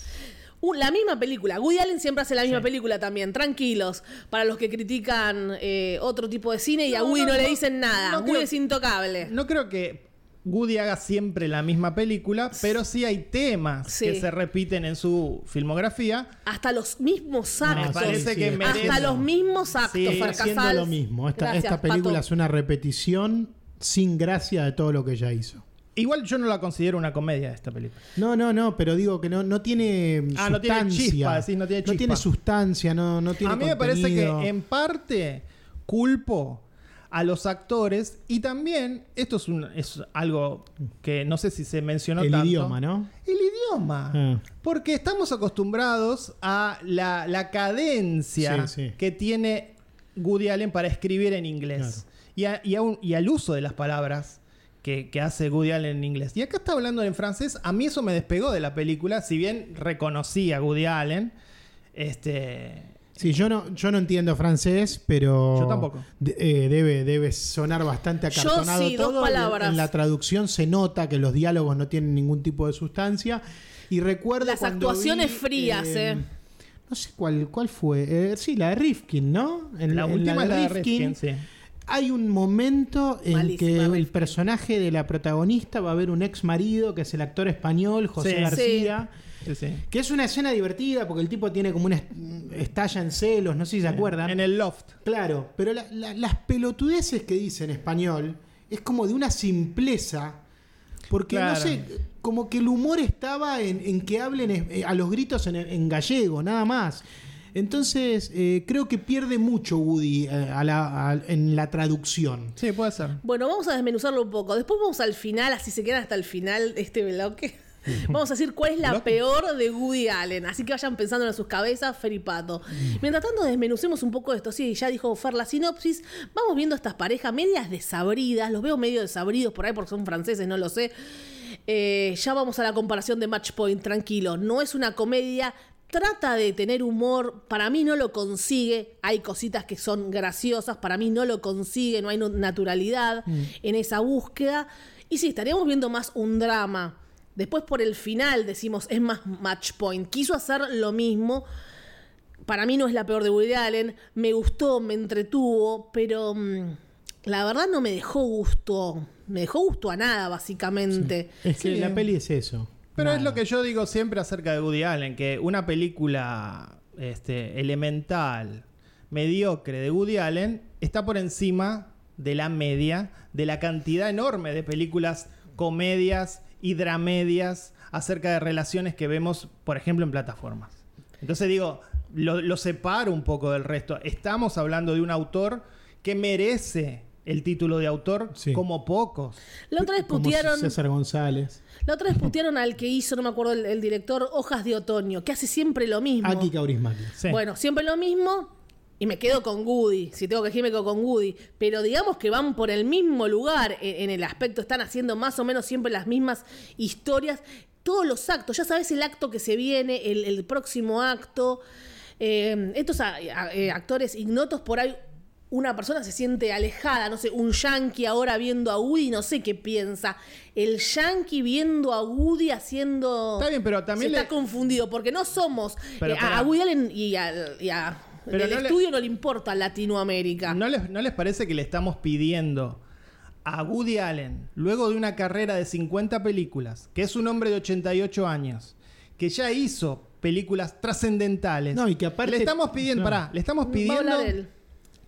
S1: Uh, la misma película. Woody Allen siempre hace la misma película también. Tranquilos. Para los que critican eh, otro tipo de cine y a
S2: No,
S1: Woody no,
S2: no,
S1: le
S2: no.
S1: dicen nada.
S2: No
S1: Woody
S2: creo-
S1: es intocable.
S2: No creo que Woody haga siempre la misma película, pero sí hay temas
S1: Sí.
S2: que se repiten en su filmografía.
S1: Hasta los mismos
S3: No,
S1: actos.
S2: Me
S3: sí,
S2: parece
S3: sí,
S2: que
S3: está
S2: merece.
S1: Hasta los mismos actos,
S2: Sí,
S1: Fer
S3: Está haciendo
S1: Casals.
S3: lo mismo. Esta,
S1: Gracias,
S3: esta película
S1: Pato.
S3: es una repetición sin gracia de todo lo que ya hizo.
S2: Igual yo no la considero una comedia esta película.
S3: No, no, no, pero digo que no, no tiene
S2: Ah,
S3: sustancia.
S2: no tiene chispa, decís, no tiene chispa.
S3: sustancia, no, no tiene
S2: a mí me parece que
S3: contenido.
S2: en parte culpo a los actores y también esto es, un- es algo que no sé si se mencionó
S3: el
S2: tanto.
S3: idioma, ¿no?
S2: El idioma.
S3: Ah.
S2: Porque estamos acostumbrados a la, la cadencia
S3: Sí, sí.
S2: que tiene Woody Allen para escribir en inglés. Y, a- y a un- y al uso de las palabras que, que hace Woody Allen en inglés. Y acá está hablando en francés. A mí eso me despegó de la película, si bien reconocí a Woody Allen. Este,
S3: Sí, yo no, yo no entiendo francés, pero.
S2: Yo tampoco.
S3: de- eh, debe, debe sonar bastante
S1: Yo
S3: acartonado
S1: sí, dos
S3: todo.
S1: palabras.
S3: En la traducción se nota que los diálogos no tienen ningún tipo de sustancia. Y recuerdo.
S1: Las
S3: cuando
S1: actuaciones
S3: vi,
S1: frías, eh.
S3: No sé cuál, cuál fue. Eh, sí, la de Rifkin, ¿no? En-
S2: la
S3: en
S2: última es la de Rifkin, sí.
S3: Hay un momento en
S1: Malísima,
S3: que el
S1: Rifkin.
S3: personaje de la protagonista va a ver un ex marido que es el actor español, José
S2: Sí.
S3: García.
S2: Sí, sí.
S3: Que es una escena divertida porque el tipo tiene como una. est- mm, estalla en celos, no sé si se acuerdan.
S2: En el loft.
S3: Claro, pero la- la- las pelotudeces que dice en español es como de una simpleza. Porque no
S2: Claro.
S3: sé, como que el humor estaba en, en que hablen eh, a los gritos en, en gallego, nada más. Entonces, eh, creo que pierde mucho Woody eh, a la- a- en la traducción.
S2: Sí, puede ser.
S1: Bueno, vamos a desmenuzarlo un poco. Después vamos al final, así se quedan hasta el final de este bloque. Vamos a decir cuál es la
S2: ¿Bloque?
S1: peor de Woody Allen. Así que vayan pensando en sus cabezas, Fer y Pato. Mientras tanto, desmenucemos un poco esto. Sí, ya dijo Fer la sinopsis. Vamos viendo estas parejas medias desabridas. Los veo medio desabridos por ahí porque son franceses, no lo sé. Eh, ya vamos a la comparación de Match Point, tranquilo. No es una comedia. Trata de tener humor, para mí no lo consigue, hay cositas que son graciosas, para mí no lo consigue, no hay no- naturalidad
S3: Mm.
S1: en esa búsqueda. Y sí, estaríamos viendo más un drama. Después por el final decimos, es más match point. Quiso hacer lo mismo, para mí no es la peor de Woody Allen. Me gustó, me entretuvo, pero mm, la verdad no me dejó gusto. Me dejó gusto a nada, básicamente.
S3: Es que
S2: Sí.
S3: la peli es eso.
S2: Pero es lo que yo digo siempre acerca de Woody Allen, que una película este, elemental, mediocre de Woody Allen está por encima de la media, de la cantidad enorme de películas, comedias y dramedias acerca de relaciones que vemos, por ejemplo, en plataformas. Entonces digo, lo, lo separo un poco del resto. Estamos hablando de un autor que merece el título de autor
S3: Sí.
S2: como pocos.
S1: La otra vez
S3: Como
S1: putearon,
S3: César González.
S1: la otra vez putearon al que hizo, no me acuerdo el, el director, Hojas de Otoño, que hace siempre lo mismo.
S3: Aki Kaurismaki.
S2: Sí.
S1: Bueno, siempre lo mismo. Y me quedo con Woody. Si tengo que elegir, me quedo con Woody. Pero digamos que van por el mismo lugar e, en, en el aspecto. Están haciendo más o menos siempre las mismas historias. Todos los actos. Ya sabes el acto que se viene, el, el próximo acto. Eh, estos a- a- eh, actores ignotos por ahí. Una persona se siente alejada, no sé, un yankee ahora viendo a Woody, no sé qué piensa. El yankee viendo a Woody haciendo.
S2: Está bien, pero
S1: Se
S2: también le-
S1: está confundido, porque no somos.
S2: Pero
S1: eh,
S2: pará.
S1: a a Woody Allen y al y a-
S2: Pero
S1: del
S2: no le-
S1: estudio no le importa Latinoamérica.
S2: ¿No les, ¿No les parece que le estamos pidiendo a Woody Allen, luego de una carrera de 50 películas, que es un hombre de 88 años, que ya hizo películas trascendentales.
S3: No, y que aparte-
S2: Le estamos pidiendo,
S3: no.
S2: pará, le estamos
S1: Va a
S2: pidiendo.
S1: hablar él.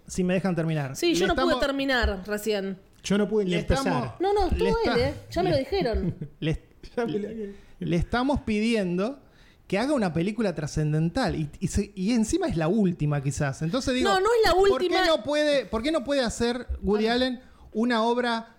S2: Si me dejan terminar.
S1: Sí, yo
S2: Le
S1: no pude
S2: estamos-
S1: terminar recién.
S3: Yo no pude ni
S2: Le
S3: empezar.
S2: estamos-
S1: No, no,
S2: Le
S1: estuvo
S2: está-
S1: él, ¿eh? Ya me lo dijeron.
S2: le-
S3: Ya me la-
S2: le estamos pidiendo que haga una película trascendental. Y, y se- y encima es la última, quizás. Entonces digo.
S1: No, no es la
S2: ¿Por qué
S1: última.
S2: no puede, por qué no puede hacer Woody Allen una obra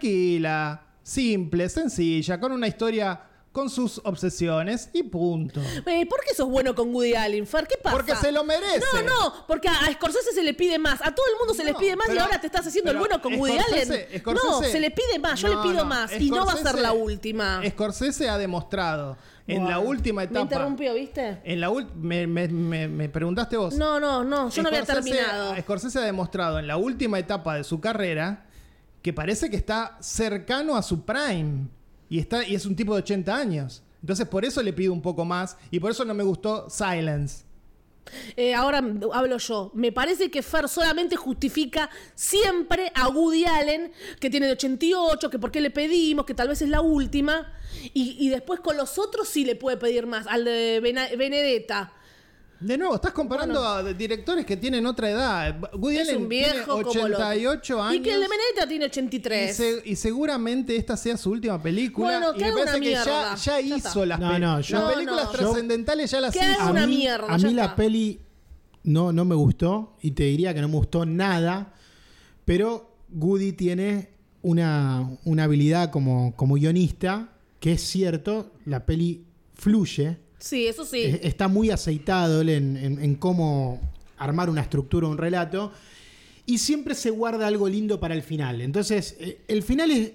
S2: tranquila, simple, sencilla, con una historia con sus obsesiones y punto?
S1: Eh, ¿Por qué sos bueno con Woody Allen, Fer? ¿Qué pasa?
S2: Porque se lo merece.
S1: No, no, porque a, a Scorsese se le pide más. A todo el mundo se les
S2: No,
S1: pide más y
S2: pero-
S1: ahora te estás haciendo el
S2: pero
S1: bueno con Woody
S2: Scorsese-
S1: Allen.
S2: Scorsese-
S1: no, se le pide más. Yo
S2: No,
S1: le pido
S2: no,
S1: más. y no va a ser
S2: Scorsese-
S1: la última.
S2: Scorsese ha demostrado en la
S1: Buah.
S2: última etapa.
S1: Me interrumpió, ¿viste?
S2: En la ult- me, me- me- me preguntaste vos.
S1: No, no, no. Yo no había
S2: Scorsese-
S1: terminado.
S2: Scorsese ha demostrado en la última etapa de su carrera que parece que está cercano a su prime. Y, está, y es un tipo de 80 años. Entonces por eso le pido un poco más y por eso no me gustó Silence.
S1: Eh, ahora hablo yo. Me parece que Fer solamente justifica siempre a Woody Allen, que tiene de 88, que por qué le pedimos, que tal vez es la última. Y, y después con los otros sí le puede pedir más. Al de Bena- Benedetta.
S2: De nuevo, estás comparando a directores que tienen otra edad. Woody
S1: Es
S2: Allen
S1: un viejo
S2: tiene
S1: como loco.
S2: 88 años.
S1: Y que el de Benedetta tiene
S2: y
S1: 83.
S2: se- y seguramente esta sea su última película.
S1: Bueno, que
S2: y me
S1: haga
S2: parece
S1: una
S2: que ya,
S1: mierda.
S2: ya
S1: Ya
S2: hizo
S1: está.
S2: las,
S3: No,
S2: pe-
S3: no, yo-
S2: las
S1: No,
S2: películas
S1: no.
S2: trascendentales, ya las
S1: Que
S2: hizo.
S1: haga
S3: a
S1: una
S3: mí,
S1: mierda,
S3: a
S1: ya
S3: mí la
S1: está.
S3: peli no, no me gustó y te diría que no me gustó nada, pero Goody tiene una, una habilidad como, como guionista, que es cierto, la peli fluye,
S1: Sí, eso sí.
S3: eh, está muy aceitado él en, en- en cómo armar una estructura, un relato, y siempre se guarda algo lindo para el final. Entonces, eh, el final es,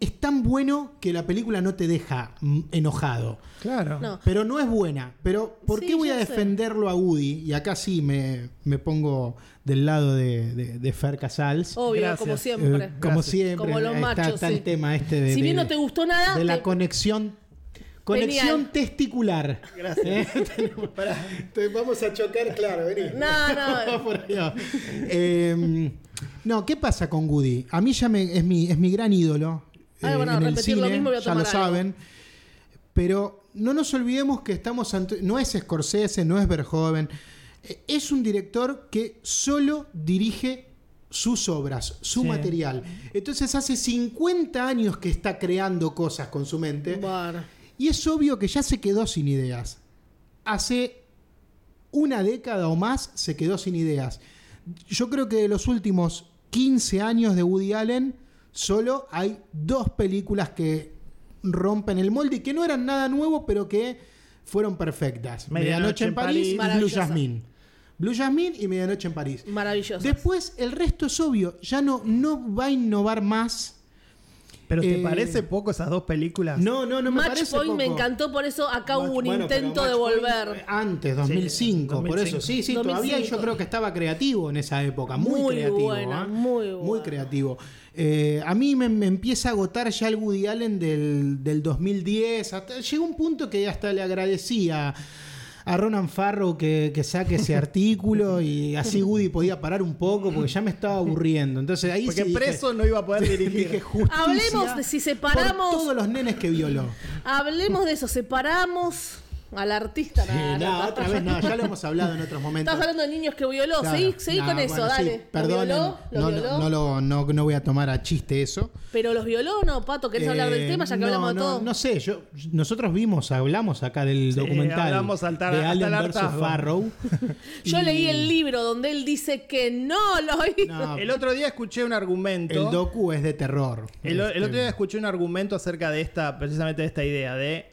S3: es tan bueno que la película no te deja mm, enojado.
S2: Claro.
S1: No.
S3: Pero no es buena. Pero ¿por
S1: Sí,
S3: qué voy
S1: ya
S3: a
S1: sé.
S3: defenderlo a Woody? Y acá sí me, me pongo del lado de, de, de Fer Casals.
S1: Obvio,
S2: Gracias.
S1: como
S3: Eh,
S1: siempre.
S3: como
S2: Gracias.
S3: siempre.
S1: Como los
S3: está,
S1: machos,
S3: está
S1: sí.
S3: el tema este de,
S1: si bien
S3: de-
S1: no te gustó nada,
S3: de la
S1: te-
S3: conexión. Conexión
S1: Genial.
S3: testicular. ¿Eh? Gracias.
S4: vamos a chocar, claro, vení.
S1: no, no.
S3: Eh, no, ¿qué pasa con Woody? A mí ya me, es, mi, es mi gran ídolo.
S1: Ay,
S3: eh,
S1: bueno,
S3: en el
S1: repetir lo
S3: cine,
S1: mismo voy a
S3: ya lo
S1: tomar algo.
S3: saben. Pero no nos olvidemos que estamos ante. No es Scorsese, no es Verhoeven. Eh, Es un director que solo dirige sus obras, su
S2: Sí.
S3: material. Entonces hace 50 años que está creando cosas con su mente.
S1: Bueno.
S3: Y es obvio que ya se quedó sin ideas. Hace una década o más se quedó sin ideas. Yo creo que de los últimos 15 años de Woody Allen, solo hay dos películas que rompen el molde y que no eran nada nuevo, pero que fueron perfectas. Medianoche en París, y Blue
S1: Maravillosa.
S3: Jasmine. Blue Jasmine y Medianoche en París.
S1: Maravilloso.
S3: Después, el resto es obvio. Ya no, no va a innovar más.
S2: ¿Pero te
S3: Eh,
S2: parece poco esas dos películas?
S3: No, no, no me
S1: Match
S3: parece
S1: Point me
S3: poco.
S1: encantó, por eso acá
S3: Match-
S1: hubo un
S3: bueno, pero
S1: intento de
S3: Match Point,
S1: volver.
S3: eh, Antes, 2005, por
S2: 2005.
S3: eso. Sí, sí,
S1: 2005.
S3: todavía yo creo que estaba creativo en esa época. Muy,
S1: Muy
S3: creativo.
S1: buena,
S3: ¿ah?
S1: muy buena.
S3: creativo. Eh, a mí me, me empieza a agotar ya el Woody Allen del, del 2010. Hasta, llegó un punto que hasta le agradecía a Ronan Farrow que, que saque ese artículo y así Woody podía parar un poco porque ya me estaba aburriendo. Entonces ahí
S2: Porque
S3: sí dije-
S2: preso no iba a poder dirigir.
S3: dije, justicia
S1: Hablemos de si separamos-
S3: por todos los nenes que violó.
S1: Hablemos de eso, separamos al artista.
S3: Sí,
S1: Nah,
S3: no,
S1: nah,
S3: otra vez no, ya lo hemos hablado en otros momentos.
S1: Estás hablando de niños que violó,
S3: Claro,
S1: seguí, seguí
S3: no,
S1: con eso,
S3: bueno, sí,
S1: dale. ¿Los
S3: perdonen,
S1: violó? ¿Los
S3: no,
S1: violó?
S3: no, no, lo- no- no voy a tomar a chiste eso.
S1: ¿Pero los violó o no, Pato? ¿Querés hablar del
S3: Eh,
S1: tema ya que
S3: no,
S1: hablamos de
S3: no,
S1: todo?
S3: No sé, yo, nosotros vimos, hablamos acá del documental
S2: hablamos al tar-
S3: de
S2: hasta
S3: Allen
S2: el
S3: versus
S2: hartazgo.
S3: Farrow.
S1: Yo
S3: Y
S1: leí el libro donde él dice que no lo hizo.
S3: No.
S2: El otro día escuché un argumento.
S3: El docu es de terror.
S2: El, o- el
S3: Este,
S2: otro día escuché un argumento acerca de esta, precisamente de esta idea de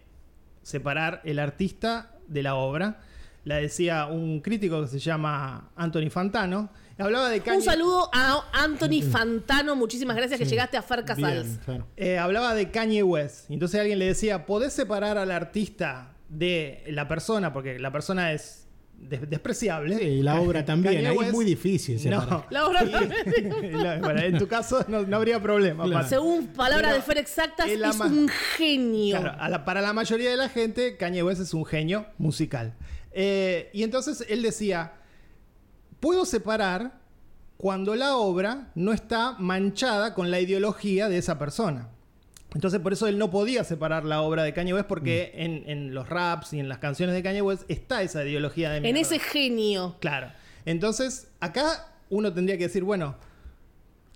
S2: separar el artista de la obra. La decía un crítico que se llama Anthony Fantano. Hablaba de Kanye,
S1: Un saludo a Anthony Fantano, muchísimas gracias que llegaste a Fer Casals.
S3: Este, bien, claro.
S2: eh, hablaba de Kanye West. Y Entonces alguien le decía, ¿podés separar al artista de la persona? Porque la persona es des- despreciable.
S3: Sí, y la
S2: Kanye-
S3: obra también.
S2: Kanye
S3: Ahí es
S2: West-
S3: muy difícil separar.
S2: No.
S1: La obra también.
S2: La- bueno, en tu caso no, no habría problema.
S3: Claro.
S2: Pat.
S1: Según palabras
S2: Pero
S1: de Fer Exactas,
S2: él
S1: es
S2: ama-
S1: un genio.
S2: Claro, a la- para la mayoría de la gente, Kanye West es un genio musical. Eh, y entonces él decía, puedo separar cuando la obra no está manchada con la ideología de esa persona. Entonces, por eso él no podía separar la obra de Kanye West, porque en, en los raps y en las canciones de Kanye West está esa ideología de
S1: En
S2: mierda.
S1: ese genio.
S2: Claro. Entonces, acá uno tendría que decir, bueno,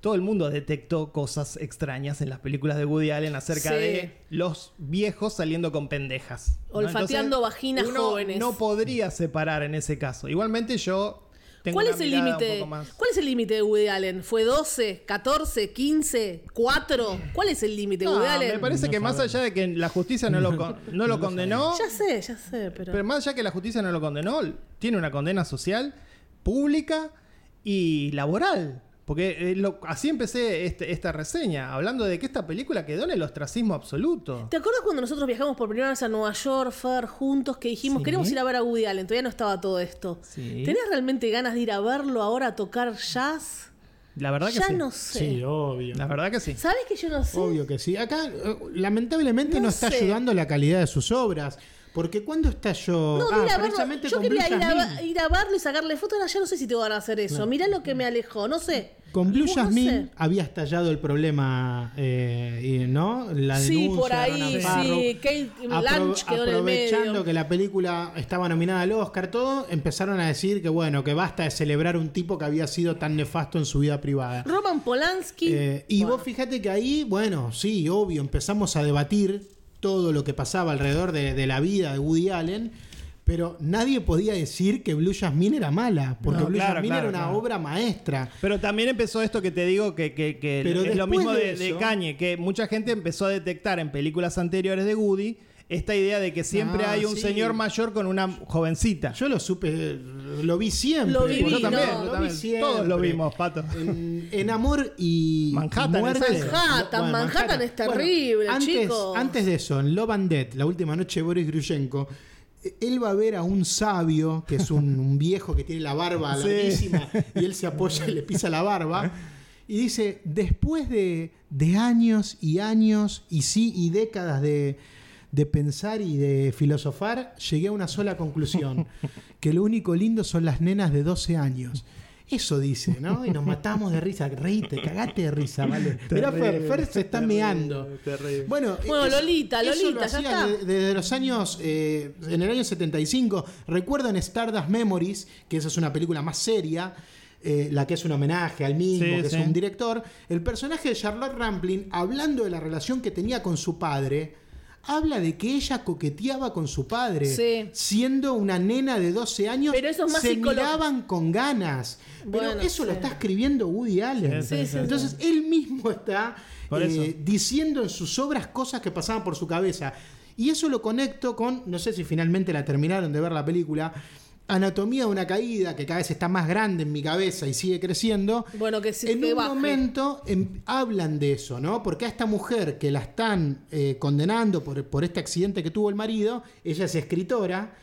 S2: todo el mundo detectó cosas extrañas en las películas de Woody Allen acerca
S1: Sí.
S2: de los viejos saliendo con pendejas. ¿no?
S1: Olfateando
S2: Entonces,
S1: vaginas
S2: uno
S1: jóvenes.
S2: No podría separar en ese caso. Igualmente yo tengo
S1: ¿Cuál
S2: una
S1: es, el
S2: mirada un
S1: límite?
S2: poco más-
S1: ¿Cuál es el límite de Woody Allen? ¿Fue 12, 14, 15, 4? ¿Cuál es el límite de
S2: No,
S1: Woody
S2: me
S1: Allen?
S2: parece
S3: No
S2: que más
S3: sabemos.
S2: allá de que la justicia no lo, con- no lo condenó,
S1: Ya sé, ya sé, pero.
S2: Pero más allá que la justicia no lo condenó, tiene una condena social, pública y laboral. Porque eh, lo- así empecé este- esta reseña, hablando de que esta película quedó en el ostracismo absoluto.
S1: ¿Te acuerdas cuando nosotros viajamos por primera vez a Nueva York, Fer, juntos, que dijimos,
S2: Sí.
S1: queremos ir a ver a Woody Allen? Todavía no estaba todo esto.
S2: Sí.
S1: ¿Tenés realmente ganas de ir a verlo ahora a tocar jazz?
S2: La verdad que
S1: Ya
S2: sí.
S1: no sé.
S3: Sí, obvio.
S2: La verdad que sí.
S1: ¿Sabes que yo no sé?
S3: Obvio que sí. Acá, eh, lamentablemente,
S1: No
S3: no, está
S1: sé.
S3: ayudando la calidad de sus obras. Porque cuando estalló.
S2: Ah,
S1: No, de ir a verlo.
S3: precisamente
S1: Yo
S3: con
S1: quería
S3: Blue
S1: ir a,
S3: Jasmine.
S1: ir a verlo y sacarle fotos. Ahora ya no sé si te van a hacer eso. Mirá lo que me alejó. No sé.
S3: Con Blue
S1: No sé.
S3: Jasmine había estallado el problema, eh, y, ¿no? La
S1: Sí,
S3: denuncia
S1: por
S3: de
S1: ahí,
S3: Ronan Farrow.
S1: sí. Kate
S3: Apro-
S1: Blanch quedó en el
S3: aprovechando
S1: medio.
S3: que la película estaba nominada al Oscar, todo, empezaron a decir que bueno, que basta de celebrar un tipo que había sido tan nefasto en su vida privada.
S1: Roman Polanski.
S3: Eh, y
S1: Bueno.
S3: vos fíjate que ahí, bueno, sí, obvio, empezamos a debatir todo lo que pasaba alrededor de, de la vida de Woody Allen, pero nadie podía decir que Blue Jasmine era mala, porque
S2: No,
S3: Blue
S2: claro,
S3: Jasmine
S2: claro,
S3: era una
S2: claro.
S3: obra maestra.
S2: Pero también empezó esto que te digo que, que- que
S3: Pero
S2: es lo
S3: después
S2: mismo
S3: de
S2: de, de
S3: eso-
S2: Kanye, que mucha gente empezó a detectar en películas anteriores de Woody esta idea de que siempre
S3: Ah,
S2: hay un
S3: sí.
S2: señor mayor con una jovencita.
S3: Yo lo supe, lo vi siempre.
S1: Lo viví,
S2: Yo también,
S1: no.
S2: yo
S3: Lo
S2: también.
S3: vi siempre. Eh,
S2: Todos lo vimos, Pato.
S3: En, en amor y
S2: Manhattan,
S3: muerte.
S2: es eso.
S1: Manhattan, Manhattan es terrible,
S3: antes,
S1: chicos.
S3: Antes de eso, en Love and Death, la última noche de Boris Grushenko, eh, él va a ver a un sabio, que es un, un viejo que tiene la barba
S2: Sí.
S3: larguísima, y él se apoya y le pisa la barba. Y dice, después de, de años y años y sí y décadas de, de pensar y de filosofar, llegué a una sola conclusión, que lo único lindo son las nenas de 12 años. Eso dice, ¿no? Y nos matamos de risa. Reíte, cagate de risa, ¿vale? Mirá, Fer, Fer se está meando. Bueno,
S1: Bueno,
S3: eso-
S1: Lolita,
S3: eso
S1: Lolita,
S3: lo
S1: ya
S3: hacían
S1: está.
S3: de- Desde los años, eh, en el año 75, recuerdan Stardust Memories, que esa es una película más seria, eh, la que es un homenaje al mismo,
S2: Sí,
S3: que
S2: sí.
S3: es un director. El personaje de Charlotte Rampling, hablando de la relación que tenía con su padre, habla de que ella coqueteaba con su padre,
S1: Sí.
S3: siendo una nena de 12 años,
S1: Pero eso es más
S3: se
S1: psicolo-
S3: miraban con ganas. Pero
S1: Bueno,
S3: eso lo
S1: sí.
S3: está escribiendo Woody Allen.
S1: Sí, sí, sí, sí.
S3: Entonces, él mismo está
S2: Por
S3: eh,
S2: eso.
S3: diciendo en sus obras cosas que pasaban por su cabeza. Y eso lo conecto con, no sé si finalmente la terminaron de ver la película, Anatomía de una caída, que cada vez está más grande en mi cabeza y sigue creciendo.
S1: Bueno, que sí,
S3: en
S1: que
S3: un
S1: baje.
S3: momento em, hablan de eso, ¿no? Porque a esta mujer que la están eh, condenando por, por este accidente que tuvo el marido, ella es escritora,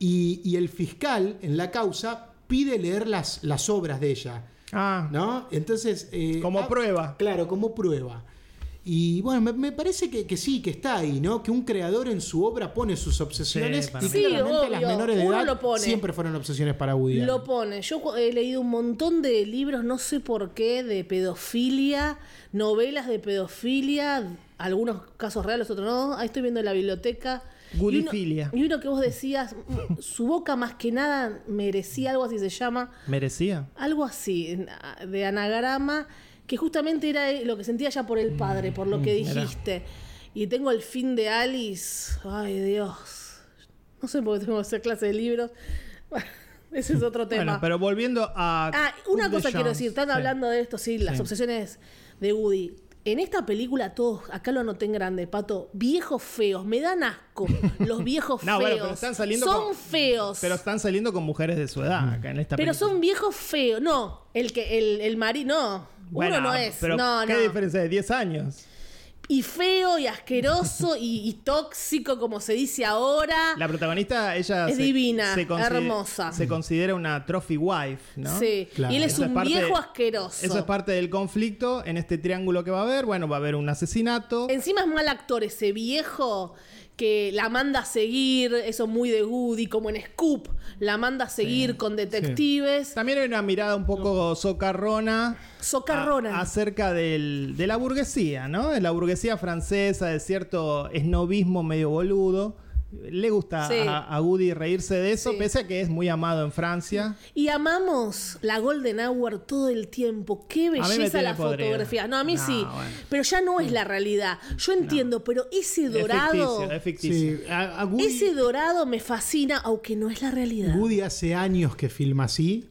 S3: y, y el fiscal en la causa pide leer las, las obras de ella.
S2: Ah,
S3: ¿No? Entonces. eh,
S2: Como
S3: ah,
S2: prueba.
S3: Claro, como prueba. Y bueno, me, me parece que, que sí, que está ahí, ¿no? Que un creador en su obra pone sus obsesiones
S2: Sí, para
S3: y
S2: mí.
S1: Sí,
S3: claramente las
S1: obvio,
S3: menores de
S1: uno
S3: edad
S1: lo pone.
S3: siempre fueron obsesiones para Woody.
S1: Lo
S3: Allen.
S1: pone. Yo cu- he leído un montón de libros, no sé por qué, de pedofilia, novelas de pedofilia, algunos casos reales, otros no. Ahí estoy viendo en la biblioteca.
S2: Gudifilia.
S1: Y uno, y uno que vos decías, mm, su boca más que nada merecía algo así se llama,
S2: merecía.
S1: algo así, en- a- de anagrama, que justamente era eh, lo que sentía ya por
S2: Mm,
S1: el padre, por lo que dijiste. Y tengo el fin de Alice. Ay, Dios. No sé por qué tengo que hacer clase de libros. Ese es otro tema.
S2: Bueno, pero volviendo a.
S1: Ah, una
S2: Cook the
S1: cosa quiero
S2: Jones.
S1: decir, están
S2: Sí.
S1: hablando de esto, sí, las
S2: Sí.
S1: obsesiones de Woody. En esta película todos, acá lo anoté en grande, Pato, viejos feos, me dan asco los viejos
S2: No,
S1: feos.
S2: bueno, pero están saliendo
S1: son
S2: con-
S1: feos.
S2: Pero están saliendo con mujeres de su edad acá en esta
S1: Pero
S2: película.
S1: son viejos feos. No, el que el, el mari- no,
S2: Bueno,
S1: uno no es.
S2: Pero
S1: no,
S2: ¿Qué
S1: no.
S2: diferencia de 10 años?
S1: Y feo y asqueroso y, y tóxico como se dice ahora.
S2: La protagonista, ella.
S1: Ah. Es divina,
S2: consi-
S1: hermosa.
S2: Se considera una trophy wife, ¿no?
S1: Sí.
S3: Claro.
S1: Y él es
S2: Eso
S1: un
S2: parte-
S1: viejo asqueroso.
S2: Eso es parte del conflicto en este triángulo que va a haber. Bueno, va a haber un asesinato.
S1: Encima es mal actor ese viejo que la manda a seguir, eso muy de Goody, como en Scoop, la manda a seguir con detectives.
S2: También hay una mirada un poco socarrona.
S1: Socarrona.
S2: a- acerca del- de la burguesía, ¿no? De la burguesía francesa, de cierto esnovismo medio boludo. Le gusta
S1: Sí.
S2: a, a Woody reírse de eso,
S1: Sí.
S2: pese a que es muy amado en Francia.
S1: Y amamos la Golden Hour todo el tiempo. Qué
S2: me
S1: belleza
S2: tiene
S1: la
S2: podrido.
S1: fotografía. No, a mí
S2: No,
S1: sí.
S2: bueno. Mm.
S1: Pero ya no es la realidad. Yo entiendo, pero ese dorado.
S2: Es ficticio, es ficticio.
S3: Sí, a- a Woody-
S1: Ese dorado me fascina, aunque no es la realidad.
S3: Woody hace años que filma así.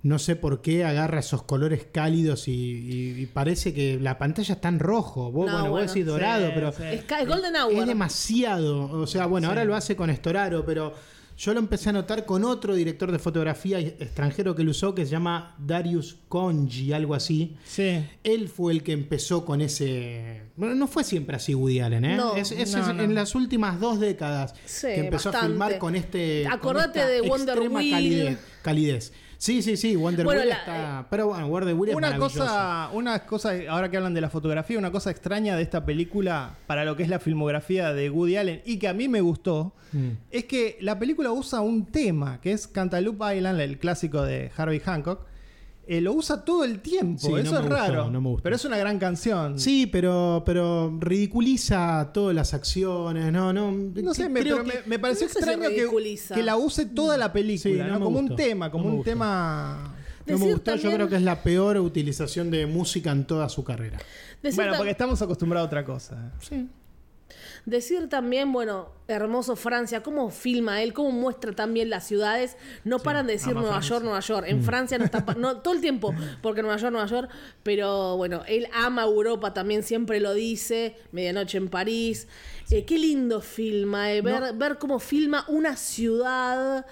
S3: No sé por qué agarra esos colores cálidos y, y- y parece que la pantalla está en rojo. Vos,
S1: No,
S3: bueno, vos
S1: bueno.
S3: decís dorado,
S2: Sí,
S3: pero
S2: sí.
S1: Es, ca- es Golden
S3: es
S1: Hour.
S3: demasiado. O sea, bueno, ahora lo hace con Estoraro, pero yo lo empecé a notar con otro director de fotografía extranjero que lo usó que se llama Darius Conji, algo así.
S2: Sí.
S3: Él fue el que empezó con ese. Bueno, no fue siempre así Woody Allen, ¿eh?
S1: No.
S3: es, es-
S2: No,
S3: es
S2: no.
S3: en las últimas dos décadas
S1: Sí,
S3: que empezó
S1: bastante.
S3: a filmar con este. con
S1: Acordate
S3: esta
S1: de Wonder
S3: extrema
S1: Wheel.
S3: Calidez, calidez. Sí, sí, sí, Wonder
S1: Bueno,
S3: Wheel
S1: la- eh,
S3: está. Pero bueno, Wonder Wheel es
S2: Una
S3: maravilloso.
S2: cosa, una cosa, ahora que hablan de la fotografía, una cosa extraña de esta película para lo que es la filmografía de Woody Allen y que a mí me gustó,
S3: Mm.
S2: es que la película usa un tema, que es Cantaloupe Island, el clásico de Harvey Hancock. Eh, lo usa todo el tiempo,
S3: Sí, no
S2: eso
S3: me
S2: es
S3: gustó,
S2: raro.
S3: no me gustó.
S2: Pero es una gran canción.
S3: Sí, pero, pero ridiculiza todas las acciones. No, no.
S2: No sé, me, pero me, me pareció
S1: no sé si
S2: extraño que,
S1: ridiculiza.
S2: que la use toda la película,
S3: no
S2: ¿no?
S3: me
S2: como un
S3: gustó,
S2: tema, como
S3: no me
S2: un
S3: gustó.
S2: tema.
S3: No me
S1: Decir
S3: gustó, yo
S1: también-
S3: creo que es la peor utilización de música en toda su carrera.
S1: Decir
S2: Bueno,
S1: tam-
S2: porque estamos acostumbrados a otra cosa.
S1: Decir también, bueno, hermoso Francia, cómo filma él, cómo muestra también las ciudades. No paran de decir
S2: ama
S1: Nueva
S2: Francia.
S1: York, Nueva York.
S3: Mm.
S1: En Francia no está pa- no, todo el tiempo, porque Nueva York, Nueva York. Pero bueno, él ama Europa también, siempre lo dice. Medianoche en París. Eh, qué lindo filma, eh, ver, ver cómo filma una ciudad.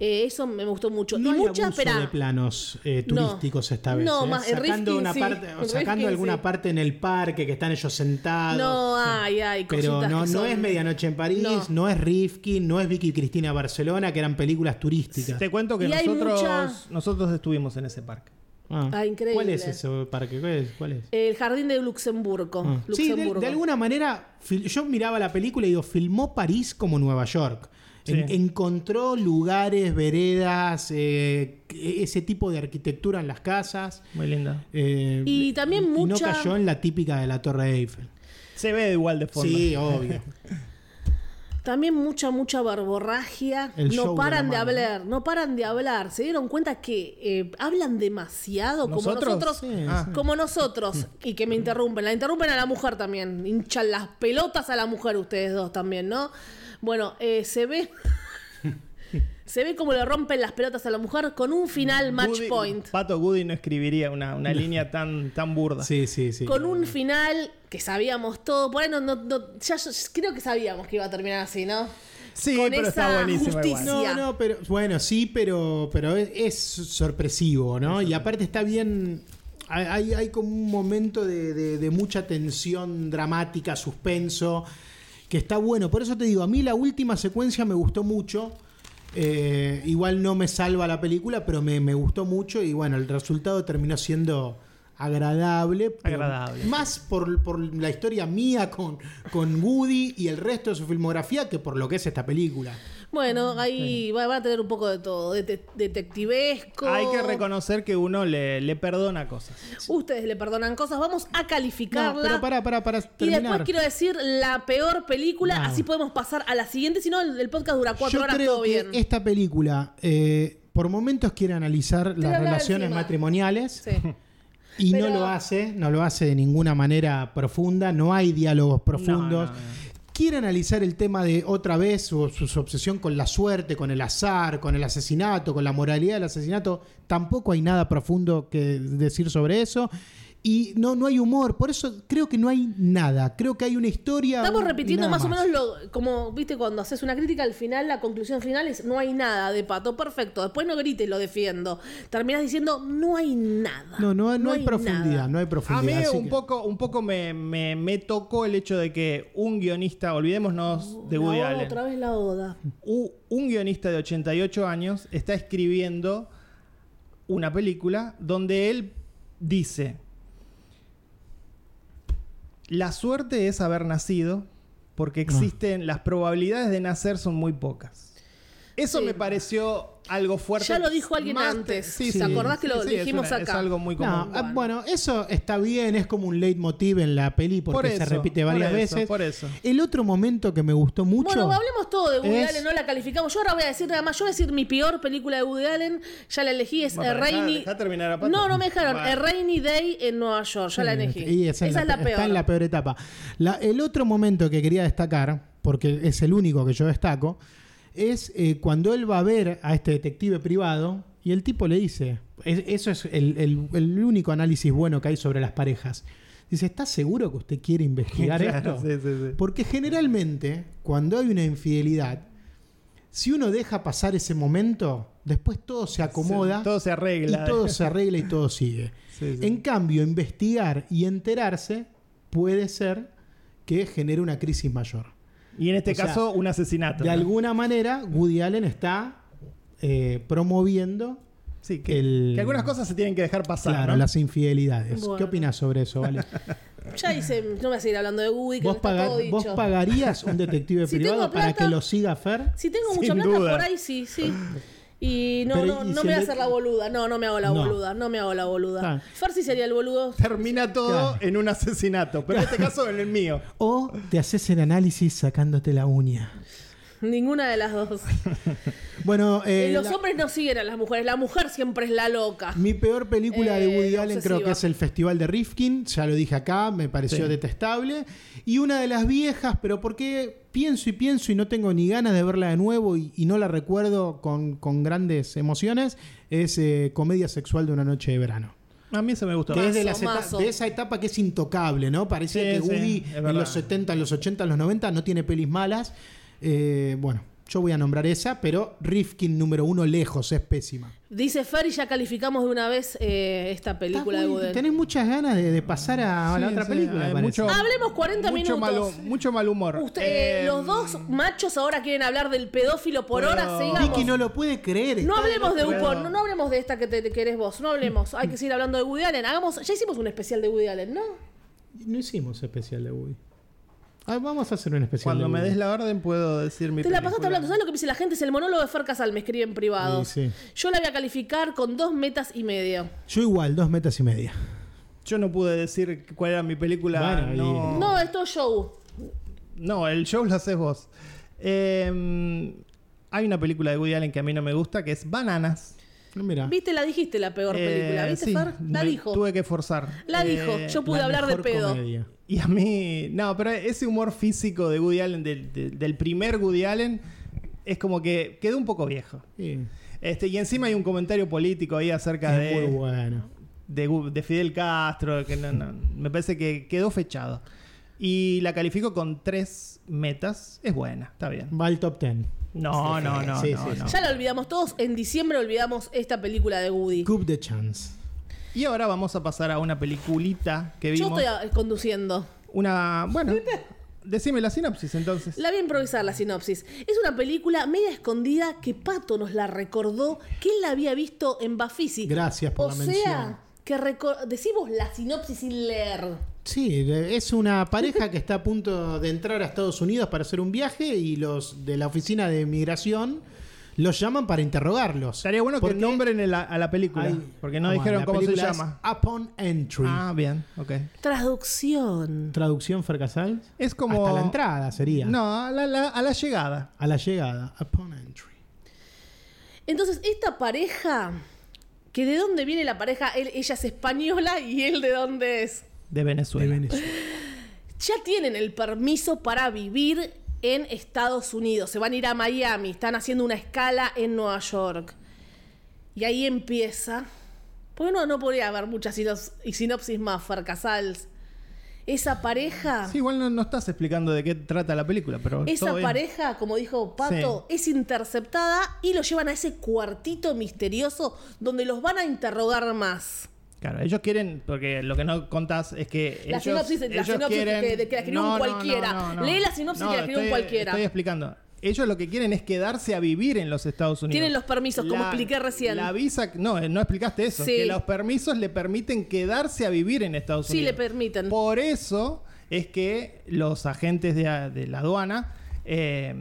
S1: Eh, eso me gustó mucho.
S3: No
S1: y
S3: hay
S1: mucha,
S3: abuso
S1: espera,
S3: de planos eh, turísticos esta vez.
S1: No,
S3: ¿eh?
S1: más- el
S3: sacando
S1: Rifkin
S3: una
S1: sí,
S3: parte,
S1: el
S3: o sacando
S1: Rifkin
S3: alguna
S1: sí.
S3: parte en el parque que están ellos sentados.
S1: No,
S3: Sí.
S1: ay, ay,
S3: Pero
S1: cositas
S3: no,
S1: que
S3: no
S1: son-
S3: es Medianoche en París,
S1: No.
S3: no, es Rifkin, no es Vicky Cristina Barcelona, que eran películas turísticas.
S2: Te cuento que
S1: Y hay
S2: nosotros,
S1: mucha-
S2: nosotros estuvimos en ese parque.
S3: Ah.
S1: Ah, increíble.
S3: ¿Cuál es ese parque? ¿Cuál es? ¿Cuál es?
S1: El jardín de Luxemburgo.
S3: Ah. Sí, de- de,
S1: Luxemburgo.
S3: alguna manera, fil- yo miraba la película y digo, filmó París como Nueva York. En-
S2: Sí.
S3: encontró lugares, veredas, eh, ese tipo de arquitectura en las casas.
S2: Muy lindo.
S3: Eh,
S1: Y también
S3: no
S1: mucha-
S3: cayó en la típica de la Torre Eiffel.
S2: Se ve igual de fondo.
S3: Sí, obvio.
S1: También mucha, mucha barborragia.
S3: El show
S1: no
S3: de
S1: paran de,
S3: la mano,
S1: hablar, ¿no? paran de hablar. Se dieron cuenta que eh, hablan demasiado
S2: ¿Nosotros?
S1: como nosotros.
S2: Sí, Ah. sí.
S1: Como nosotros. Y que me interrumpen. La interrumpen a la mujer también. Hinchan las pelotas a la mujer ustedes dos también, ¿no? Bueno, eh, se ve... se ve como le rompen las pelotas a la mujer con un final match
S2: Goody-
S1: point.
S2: Pato Goody no escribiría una, una línea tan, tan burda.
S3: Sí, sí, sí.
S1: Con un final que sabíamos todo. Por ahí no, no- no- ya, ya- creo que sabíamos que iba a terminar así, ¿no?
S2: Sí,
S1: Con
S2: pero
S1: esa
S2: está buenísimo
S1: justicia.
S2: igual.
S3: No, no, pero bueno, sí, pero, pero es, es sorpresivo, ¿no? Y aparte está bien. hay- Hay, hay como un momento de, de- de mucha tensión dramática, suspenso, que está bueno. Por eso te digo, a mí la última secuencia me gustó mucho. Eh, igual no me salva la película, pero me, me gustó mucho y bueno, el resultado terminó siendo agradable. pero
S2: Agradable.
S3: Más por, por la historia mía con, con Woody y el resto de su filmografía que por lo que es esta película. Ah,
S1: Bueno, ahí va, va a tener un poco de todo, dete- detectivesco.
S2: Hay que reconocer que uno le, le perdona cosas.
S1: Ustedes le perdonan cosas, vamos a
S3: No,
S1: calificarla.
S3: pero para, para, para
S1: y después
S3: terminar.
S1: quiero decir la peor película,
S3: No.
S1: así podemos pasar a la siguiente, si no el, el podcast dura cuatro
S3: Yo
S1: horas,
S3: creo
S1: todo
S3: que
S1: bien.
S3: esta película, eh, por momentos quiere analizar
S1: la
S3: las
S1: hablaba
S3: relaciones
S1: encima.
S3: matrimoniales
S1: Sí.
S3: y
S1: Pero-
S3: no lo hace, no lo hace de ninguna manera profunda, no hay diálogos profundos.
S2: no,
S3: Quiere analizar el tema de otra vez su, su- su obsesión con la suerte, con el azar, con el asesinato, con la moralidad del asesinato. Tampoco hay nada profundo que decir sobre eso. Y no, no hay humor, por eso creo que no hay nada. Creo que hay una historia.
S1: Estamos
S3: un- y
S1: repitiendo
S3: nada
S1: más, o menos lo, como viste cuando haces una crítica al final, la conclusión final es no hay nada de pato, perfecto, después no grites, lo defiendo. Terminas diciendo no hay nada.
S3: No, no, no, hay,
S1: nada.
S3: profundidad, no hay
S2: A mí
S3: profundidad. así
S2: un
S3: que-
S2: poco, un poco me, me- me tocó el hecho de que un guionista, olvidémonos de
S1: La
S2: Woody
S1: oda,
S2: Allen,
S1: Otra vez la oda.
S2: u- un guionista de 88 años está escribiendo una película donde él dice, la suerte es haber nacido, porque
S3: Ah.
S2: existen, las probabilidades de nacer son muy pocas. Eso
S1: Sí.
S2: me pareció algo fuerte.
S1: Ya lo dijo alguien
S2: Más
S1: antes.
S2: sí,
S1: ¿Te
S2: sí,
S1: acordás que lo
S2: sí, sí, es
S1: dijimos
S2: una-
S1: acá?
S2: Es algo muy común.
S3: No, ah,
S1: bueno.
S3: bueno, eso está bien, es como un leitmotiv en la peli porque
S2: Por
S3: se
S2: eso,
S3: repite
S2: por
S3: varias
S2: eso,
S3: veces.
S2: por eso.
S3: El otro momento que me gustó mucho.
S1: Bueno, hablemos todo de Woody
S3: es-
S1: Allen, no la calificamos. Yo ahora voy a decir nada más. Yo voy a decir mi peor película de Woody Allen, ya la elegí, es
S2: Bueno,
S1: A
S2: pero dejá-
S1: Rainy.
S2: dejá terminar a Pato.
S1: no, no me dejaron.
S2: Vale.
S1: A Rainy Day en Nueva York, ya la elegí.
S3: Y
S1: esa
S3: en
S1: es la peor.
S3: Está en la peor etapa. La- el otro momento que quería destacar, porque es el único que yo destaco, es eh, cuando él va a ver a este detective privado y el tipo le dice, es- eso es el, el- el único análisis bueno que hay sobre las parejas. Dice, ¿está seguro que usted quiere investigar
S2: Claro,
S3: esto?
S2: sí, sí, sí.
S3: Porque generalmente, cuando hay una infidelidad, si uno deja pasar ese momento, después todo se acomoda
S2: Todo se
S3: y
S2: arregla.
S3: todo se arregla y todo sigue.
S2: Sí, sí.
S3: En cambio, investigar y enterarse puede ser que genere una crisis mayor.
S2: y en este
S3: o sea,
S2: caso, un asesinato.
S3: De
S2: ¿no?
S3: alguna manera, Woody Allen está eh, promoviendo
S2: Sí, que,
S3: el-
S2: que algunas cosas se tienen que dejar pasar.
S3: claro,
S2: ¿no?
S3: las infidelidades. ¿Qué
S1: Bueno.
S3: opinas sobre eso, Vale?
S1: Ya hice, no me voy a seguir hablando de Woody, que
S3: ¿Vos,
S1: no está
S3: paga-
S1: todo dicho.
S3: vos pagarías un detective
S1: Si
S3: privado
S1: tengo
S3: para
S1: plata-
S3: que lo siga Fer?
S1: Si tengo
S2: Sin
S1: mucha plata
S2: duda.
S1: por ahí, sí, sí. Y no,
S3: Pero,
S1: no,
S3: ¿y
S1: no
S3: si
S1: me voy a
S3: el-
S1: hacer la boluda. No, no me hago la
S3: No.
S1: boluda. No me hago la boluda.
S3: Ah.
S1: Fer sí sería el boludo.
S2: Termina todo en un asesinato. Pero en este caso, en el mío.
S3: O te haces el análisis sacándote la uña.
S1: Ninguna de las dos.
S3: Bueno, eh,
S1: Eh, los
S3: la-
S1: hombres no siguen a las mujeres. La mujer siempre es la loca.
S3: Mi peor película de
S1: Eh,
S3: Woody Allen
S1: obsesiva.
S3: creo que es El Festival de Rifkin, ya lo dije acá, me pareció
S2: Sí.
S3: detestable. Y una de las viejas, pero porque pienso y pienso y no tengo ni ganas de verla de nuevo y, y no la recuerdo con, con grandes emociones, es eh, Comedia Sexual de una noche de verano.
S2: A mí eso me gustó.
S3: Que es de,
S1: Mazo,
S3: las eta-
S1: mazo.
S3: de esa etapa que es intocable, ¿no? Parecía
S2: Sí,
S3: que
S2: sí,
S3: Woody
S2: es
S3: en
S2: verdad.
S3: los 70, en los 80, en los 90 no tiene pelis malas. Eh, bueno, yo voy a nombrar esa, pero Rifkin número uno lejos, es pésima.
S1: Dice Fer y ya calificamos de una vez eh, esta película
S3: Estás
S1: de
S3: muy-
S1: Woody Allen.
S3: Tenés muchas ganas de, de pasar a, a la
S2: Sí,
S3: otra
S2: sí,
S3: película.
S2: hay
S3: parece.
S2: mucho-
S1: Hablemos 40
S2: mucho
S1: minutos.
S2: Mal, mucho mal humor.
S1: Usted-
S2: Eh,
S1: los dos machos ahora quieren hablar del pedófilo por
S2: pero-
S1: horas. Sigamos.
S3: Vicky no lo puede creer.
S1: No
S3: está
S1: hablemos de
S2: otro
S1: Upor,
S2: lado.
S1: no, no hablemos de esta que te, te querés vos, no hablemos. Hay que seguir hablando de Woody Allen. Hagamos, ya hicimos un especial de Woody Allen, ¿no?
S3: No hicimos especial de Woody. Ah, vamos a hacer un especial
S2: Cuando
S3: de
S2: me
S3: Woody.
S2: des la orden, puedo decir mi
S1: Te la pasaste
S2: película.
S1: hablando, ¿sabes lo que me dice la gente? Es el monólogo de Fer Casal, me escribe en privado.
S3: Sí, sí.
S1: Yo la voy a calificar con dos metas y medio.
S3: Yo igual, dos metas y media.
S2: Yo no pude decir cuál era mi película.
S3: Bueno, y-
S2: no,
S1: No, esto es show.
S2: no, el show lo haces vos. Eh, hay una película de Woody Allen que a mí no me gusta, que es Bananas.
S3: No, mira.
S1: ¿Viste? La dijiste la peor
S2: Eh,
S1: película, ¿viste,
S2: sí,
S1: Fer? La
S2: me
S1: dijo.
S2: Tuve que forzar.
S1: La
S2: Eh,
S1: dijo. Yo pude
S3: La
S1: hablar de
S3: mejor
S1: pedo.
S3: comedia.
S2: Y a mí, no, pero ese humor físico de Woody Allen, del, del- del primer Woody Allen, es como que quedó un poco viejo.
S3: Sí.
S2: Este, y encima hay un comentario político ahí acerca
S3: Es
S2: de,
S3: muy bueno.
S2: de, Gu- de Fidel Castro, que no, no, me parece que quedó fechado. Y la califico con tres metas. Es buena, está bien.
S3: Va al top ten.
S2: No, no, no,
S3: Sí,
S2: no,
S3: sí,
S2: no.
S1: Ya la olvidamos todos. En diciembre olvidamos esta película de Woody.
S3: Cup de Chance.
S2: Y ahora vamos a pasar a una peliculita que
S1: Yo
S2: vimos.
S1: estoy ah, conduciendo.
S2: Una, bueno, decime la sinopsis entonces.
S1: La voy a improvisar la sinopsis. Es una película media escondida que Pato nos la recordó que él la había visto en Bafisi.
S3: Gracias por
S1: o
S3: la mención.
S1: sea, que reco- decimos la sinopsis sin leer.
S3: Sí, de- es una pareja que está a punto de entrar a Estados Unidos para hacer un viaje y los de la oficina de migración los llaman para interrogarlos.
S2: Estaría bueno que
S3: Porque
S2: nombren el- a la película.
S3: hay-
S2: porque no
S3: Ah, bueno,
S2: dijeron
S3: la
S2: cómo se
S3: película es
S2: llama.
S3: Upon Entry.
S2: Ah, bien, ok.
S1: Traducción.
S3: Traducción Fercasal.
S2: Es como.
S3: Hasta la entrada sería.
S2: No, a la, la- a la llegada.
S3: A la llegada. Upon Entry.
S1: Entonces, esta pareja, que de dónde viene la pareja, Él- ella es española y él de dónde es.
S2: De Venezuela.
S3: De Venezuela.
S1: Ya tienen el permiso para vivir en Estados Unidos. Se van a ir a Miami, están haciendo una escala en Nueva York. Y ahí empieza. Pues no, no podría haber muchas sinos- y sinopsis más, Farcasals. Esa pareja.
S2: Sí, igual no, no estás explicando de qué trata la película, pero.
S1: Esa
S2: todo bien.
S1: pareja, como dijo Pato, es interceptada y lo llevan a ese cuartito misterioso donde los van a interrogar más.
S2: Claro, ellos quieren, porque lo que no contás es que.
S1: La
S2: ellos,
S1: sinopsis- la
S2: ellos
S1: sinopsis
S2: quieren-
S1: que- de que la escribió un cualquiera. Lee la sinopsis que la escribió un
S2: estoy-
S1: cualquiera.
S2: Estoy explicando. Ellos lo que quieren es quedarse a vivir en los Estados Unidos.
S1: Tienen los permisos, como expliqué recién.
S2: La visa, no, eh, no explicaste eso.
S1: Sí.
S2: Que los permisos le permiten quedarse a vivir en Estados
S1: Sí,
S2: Unidos.
S1: le permiten.
S2: Por eso es que los agentes de, a- de la aduana eh,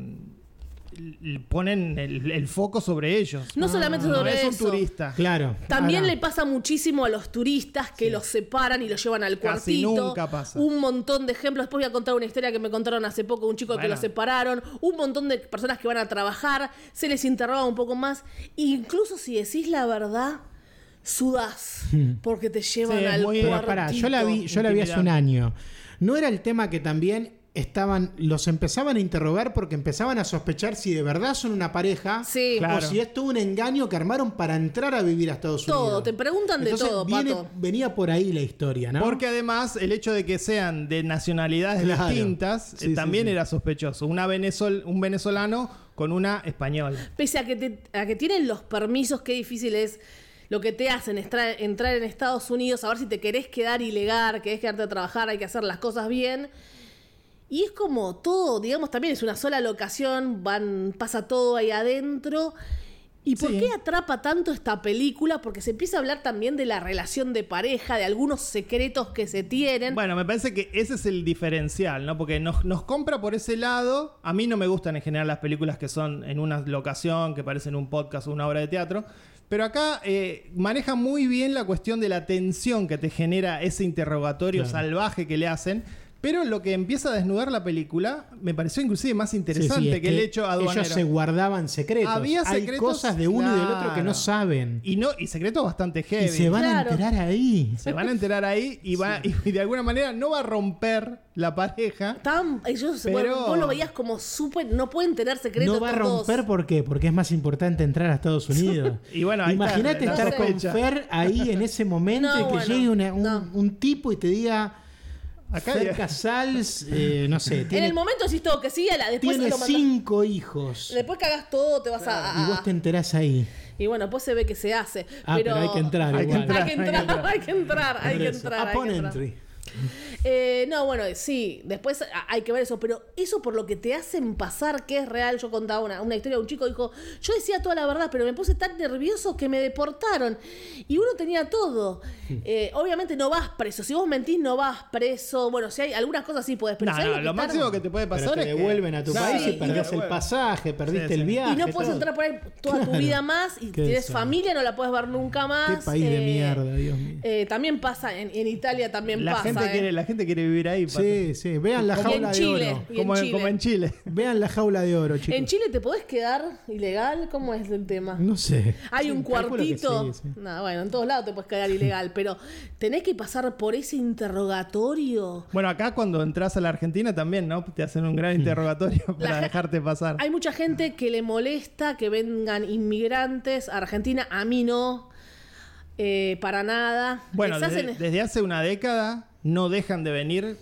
S2: l- ponen el, el foco sobre ellos.
S1: No solamente
S2: No
S1: sobre
S2: es un
S1: eso.
S2: turista.
S3: Claro.
S1: También
S3: Ahora,
S1: le pasa muchísimo a los turistas que los separan y los llevan al
S2: Casi
S1: cuartito.
S2: nunca pasa.
S1: Un montón de ejemplos. Después voy a contar una historia que me contaron hace poco, un chico que
S2: Bueno.
S1: lo separaron, un montón de personas que van a trabajar, se les interroga un poco más. Incluso si decís la verdad, sudás porque te llevan
S2: Sí, es
S1: al
S2: muy-
S1: cuartito.
S3: Hmm. Pero pará, yo la vi, yo la vi hace un año. No era el tema que también estaban, los empezaban a interrogar porque empezaban a sospechar si de verdad son una pareja
S1: Sí.
S3: o
S2: Claro.
S3: si es todo un engaño que armaron para entrar a vivir a Estados
S1: Todo,
S3: Unidos.
S1: te preguntan de
S3: Entonces,
S1: todo,
S3: viene-
S1: Pato.
S3: Venía por ahí la historia, ¿no?
S2: Porque además el hecho de que sean de nacionalidades
S3: Claro.
S2: distintas eh,
S3: Sí, sí,
S2: también
S3: sí.
S2: era sospechoso. Una venezol- un venezolano con una española.
S1: Pese a que, te- a que tienen los permisos, qué difícil es lo que te hacen, estra- entrar en Estados Unidos, a ver si te querés quedar ilegal, querés quedarte a trabajar, hay que hacer las cosas bien. Y es como todo, digamos, también es una sola locación, van, pasa todo ahí adentro. ¿Y por
S2: Sí.
S1: qué atrapa tanto esta película? Porque se empieza a hablar también de la relación de pareja, de algunos secretos que se tienen.
S2: Bueno, me parece que ese es el diferencial, ¿no? Porque nos, nos compra por ese lado. A mí no me gustan en general las películas que son en una locación, que parecen un podcast o una obra de teatro. Pero acá eh, maneja muy bien la cuestión de la tensión que te genera ese interrogatorio
S3: Claro.
S2: salvaje que le hacen. Pero lo que empieza a desnudar la película me pareció inclusive más
S3: Sí, sí,
S2: interesante
S3: es
S2: que, el hecho aduanero.
S3: Ellos se guardaban secretos.
S2: Había
S3: Hay
S2: secretos,
S3: cosas de uno y del otro que
S2: claro.
S3: no saben. Y,
S2: Y no, y secretos bastante heavy.
S3: se van
S1: Claro.
S3: a enterar ahí.
S2: Se van a enterar ahí y, va, y de alguna manera no va a romper la pareja.
S1: Estaban- ellos,
S2: Pero-
S1: bueno, vos lo veías como súper, no pueden tener secretos.
S3: No va a
S1: estos dos.
S3: romper, ¿por qué? Porque es más importante entrar a Estados Unidos.
S2: Y bueno, ahí está,
S3: Imagínate
S2: la
S3: estar con
S2: sospecha.
S3: Fer ahí en ese momento
S1: No,
S3: y que
S1: bueno,
S3: llegue una- un,
S1: no.
S3: un tipo y te diga,
S2: Acá
S3: Fer
S2: ya-
S3: Casals, eh, no sé,
S1: En el
S3: tiene,
S1: momento decís todo que sí, a la, después
S3: tiene
S1: lo mandás-
S3: cinco hijos.
S1: Después que hagas todo, te vas a.
S3: Y vos te enterás ahí.
S1: y bueno, después se ve que se hace.
S3: Ah, pero hay que entrar
S2: hay que
S3: igual.
S1: Hay que entrar, hay que entrar, hay que
S3: Por eso.
S1: entrar. hay
S3: Upon
S1: que entrar.
S3: entry.
S1: Eh, no, bueno, sí, después a- hay que ver eso, pero eso por lo que te hacen pasar que es real. Yo contaba una, una historia de un chico, dijo, yo decía toda la verdad, pero me puse tan nervioso que me deportaron. Y uno tenía todo. Eh, obviamente no vas preso, si vos mentís no vas preso. Bueno, si hay algunas cosas sí puedes, pero
S2: No,
S1: si hay
S2: no,
S1: que
S2: lo
S1: estar-
S2: máximo que te puede
S3: Pero
S2: pasar
S3: te
S2: es que-
S3: devuelven a tu
S2: Claro,
S3: país
S1: Sí,
S3: y
S1: y
S3: perdés
S2: te
S3: el
S2: devuelven.
S3: pasaje, perdiste
S2: Sí, sí.
S3: el viaje.
S1: Y no puedes
S3: todo.
S1: entrar por ahí toda tu
S3: Claro.
S1: vida más y
S3: Qué
S1: tienes
S3: desastre.
S1: familia, no la puedes ver nunca más.
S3: Qué país de
S1: eh,
S3: mierda, Dios mío.
S1: eh, también pasa, en, en Italia también
S2: La
S1: pasa.
S2: gente,
S1: eh.
S2: quiere, la gente quiere vivir ahí. Pato.
S3: Sí, sí, vean la
S1: Y en
S3: jaula de
S1: Chile.
S3: oro.
S1: Y en
S2: Como, en
S1: Chile.
S2: como en Chile.
S3: Vean la jaula de oro, chicos.
S1: ¿En Chile te podés quedar ilegal? ¿Cómo es el tema?
S3: No sé.
S1: Hay un
S3: Calculo que
S1: cuartito.
S3: sí, sí.
S1: No, bueno, en todos lados te puedes quedar ilegal, pero tenés que pasar por ese interrogatorio.
S2: Bueno, acá cuando entras a la Argentina también, ¿no? Te hacen un
S3: Mm.
S2: gran interrogatorio para
S1: ge-
S2: dejarte pasar.
S1: Hay mucha gente que le molesta que vengan inmigrantes a Argentina. A mí no. eh, para nada.
S2: Bueno,
S1: Les
S2: desde,
S1: hacen-
S2: desde hace una década no dejan de venir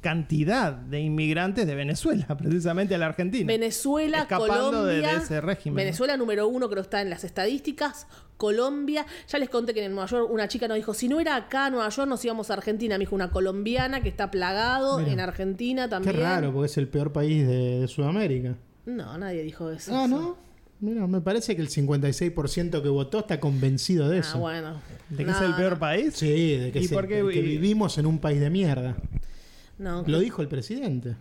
S2: cantidad de inmigrantes de Venezuela, precisamente a la Argentina.
S1: Venezuela,
S2: Escapando de-
S1: Colombia.
S2: de ese régimen.
S1: Venezuela número uno, creo que está en las estadísticas. Colombia. Ya les conté que en Nueva York una chica nos dijo: si no era acá, Nueva York, nos íbamos a Argentina. Me dijo una colombiana que está plagado en Argentina
S3: Qué
S1: también.
S3: raro, porque es el peor país de, de Sudamérica.
S1: No, nadie dijo eso.
S3: Ah, ¿no? Mira, me parece que el 56% que votó está convencido de
S1: Ah,
S3: eso.
S1: bueno.
S2: ¿De que
S1: No,
S2: es el peor
S1: no.
S2: país?
S3: Sí, de que,
S2: ¿Y
S3: se-
S2: por qué-
S3: de que
S2: y-
S3: vivimos en un país de mierda.
S1: No.
S3: Lo dijo el presidente.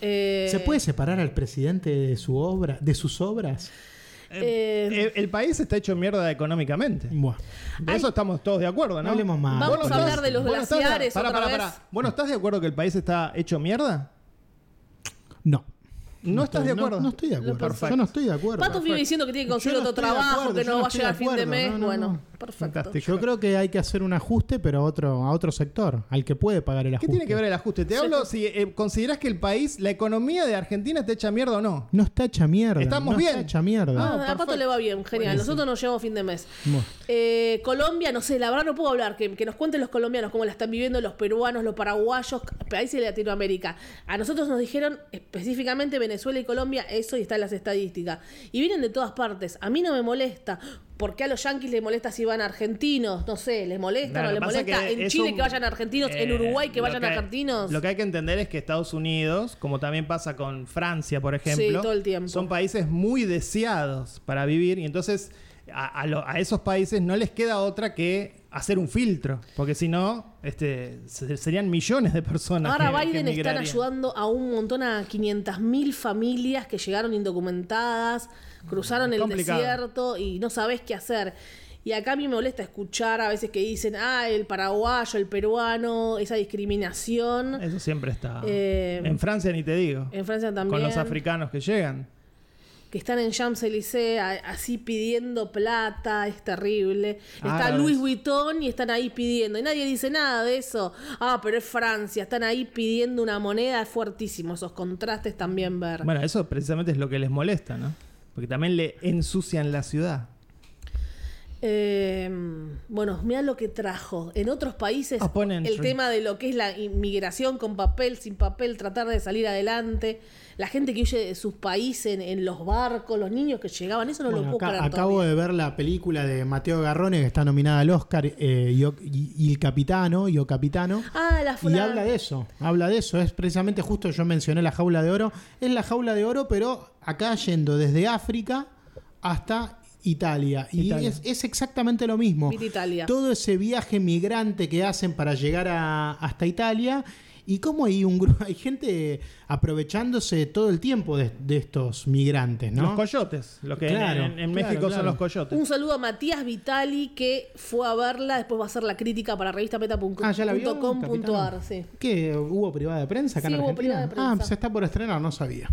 S1: Eh,
S3: ¿Se puede separar al presidente de su obra, de sus obras?
S1: eh,
S2: Eh, El, país está hecho mierda económicamente.
S3: Buah.
S2: De eso estamos todos de acuerdo, ¿no?
S3: No hablemos más.
S1: Vamos
S2: Vos
S1: a
S2: no
S1: hablar
S2: estás-
S1: de los
S2: vos no estás-
S1: glaciares
S2: pará,
S1: otra
S2: pará,
S1: vez.
S2: pará. ¿Vos no estás de acuerdo que el país está hecho mierda?
S3: No.
S2: ¿No, estás
S3: estoy-
S2: de acuerdo?
S3: No, estoy de acuerdo.
S2: perfecto.
S3: Yo no estoy de acuerdo.
S1: Pato vive diciendo que tiene que
S3: eh, Yo
S1: conseguir
S3: no
S1: otro
S3: estoy de
S1: trabajo,
S3: acuerdo,
S1: que
S3: yo
S1: no
S3: no
S1: va a
S3: estoy
S1: llegar a
S3: de
S1: fin de
S3: acuerdo,
S1: mes.
S3: no, no,
S1: bueno,
S3: no.
S1: perfecto.
S2: Fantástico.
S3: Yo creo que hay que hacer un ajuste, pero a otro, a otro sector, al que puede pagar el
S2: ¿Qué
S3: ajuste.
S2: tiene que ver el ajuste? Te
S1: Yo
S2: hablo
S1: creo-
S2: si eh, considerás que el país, la economía de Argentina está hecha mierda o no.
S3: No está hecha mierda.
S2: Estamos
S3: no
S2: bien.
S3: Está hecha mierda.
S1: Ah,
S2: Ah,
S1: a Pato
S2: perfecto.
S1: le va bien, genial. Nosotros nos llevamos a fin de mes.
S3: Bueno.
S1: Eh, Colombia, no sé, la verdad no puedo hablar. Que, que nos cuenten los colombianos cómo la están viviendo, los peruanos, los paraguayos, países de Latinoamérica. A nosotros nos dijeron específicamente Venezuela y Colombia eso y está en las estadísticas. Y vienen de todas partes. A mí no me molesta. ¿Por qué a los yanquis les molesta si van argentinos? No sé, ¿les molesta
S2: Claro,
S1: no les
S2: lo que pasa
S1: molesta?
S2: que
S1: En
S2: es
S1: Chile
S2: un-
S1: que vayan argentinos, en
S2: eh,
S1: Uruguay que
S2: lo
S1: vayan
S2: hay-
S1: argentinos.
S2: Lo que hay que entender es que Estados Unidos, como también pasa con Francia, por ejemplo,
S1: todo el tiempo.
S2: son países muy deseados para vivir y entonces a, a lo- a esos países no les queda otra que hacer un filtro, porque si no, este, se- serían millones de personas.
S1: Ahora
S2: que- que
S1: Biden están
S2: emigrarían.
S1: ayudando a un montón a 500.000 familias que llegaron indocumentadas, cruzaron el
S2: Complicado.
S1: desierto y no sabes qué hacer. Y acá a mí me molesta escuchar a veces que dicen, ah, el paraguayo, el peruano, esa discriminación.
S2: Eso siempre está.
S1: Eh,
S2: en Francia ni te digo.
S1: en Francia también.
S2: Con los africanos que llegan.
S1: que están en Champs-Élysées a- así pidiendo plata, es terrible. Está
S2: Árabes.
S1: Luis Vuitton y están ahí pidiendo, y nadie dice nada de eso. Ah, pero es Francia, están ahí pidiendo una moneda, es fuertísimo esos contrastes también ver.
S2: Bueno, eso precisamente es lo que les molesta, ¿no? Porque también le ensucian la ciudad.
S1: Eh, bueno, mira lo que trajo. En otros países
S3: Ah,
S2: Opponent
S1: el
S2: tree.
S1: tema de lo que es la inmigración con papel, sin papel, tratar de salir adelante, la gente que huye de sus países en, en los barcos, los niños que llegaban, eso no
S3: Bueno,
S1: lo puedo
S3: acá-
S1: creer
S3: acabo
S1: todavía.
S3: de ver la película de Mateo Garrone que está nominada al Oscar eh, Yo- y, y el Capitano, Yo Capitano.
S1: Ah, la
S3: Y
S1: fulana-
S3: habla de eso, habla de eso. Es precisamente justo yo mencioné la jaula de oro. Es la jaula de oro, pero acá yendo desde África hasta Italia. Y
S2: Italia.
S3: Es, es exactamente lo mismo.
S1: Vita Italia.
S3: Todo ese viaje migrante que hacen para llegar a- hasta Italia. Y cómo hay un grupo, hay gente aprovechándose todo el tiempo de, de estos migrantes, ¿no?
S2: Los coyotes. Lo que en-
S3: Claro,
S2: en, en
S3: claro,
S2: México son
S3: claro.
S2: los coyotes.
S1: Un saludo a Matías Vitali que fue a verla, después va a hacer la crítica para
S3: Ah, ¿ya la vio,
S1: revistapeta.com.ar.
S3: capitán?
S1: sí.
S3: ¿Qué? ¿Hubo privada de prensa acá
S1: Sí,
S3: en
S1: hubo
S3: Argentina?
S1: privada de prensa.
S3: Ah, se está por estrenar, no sabía.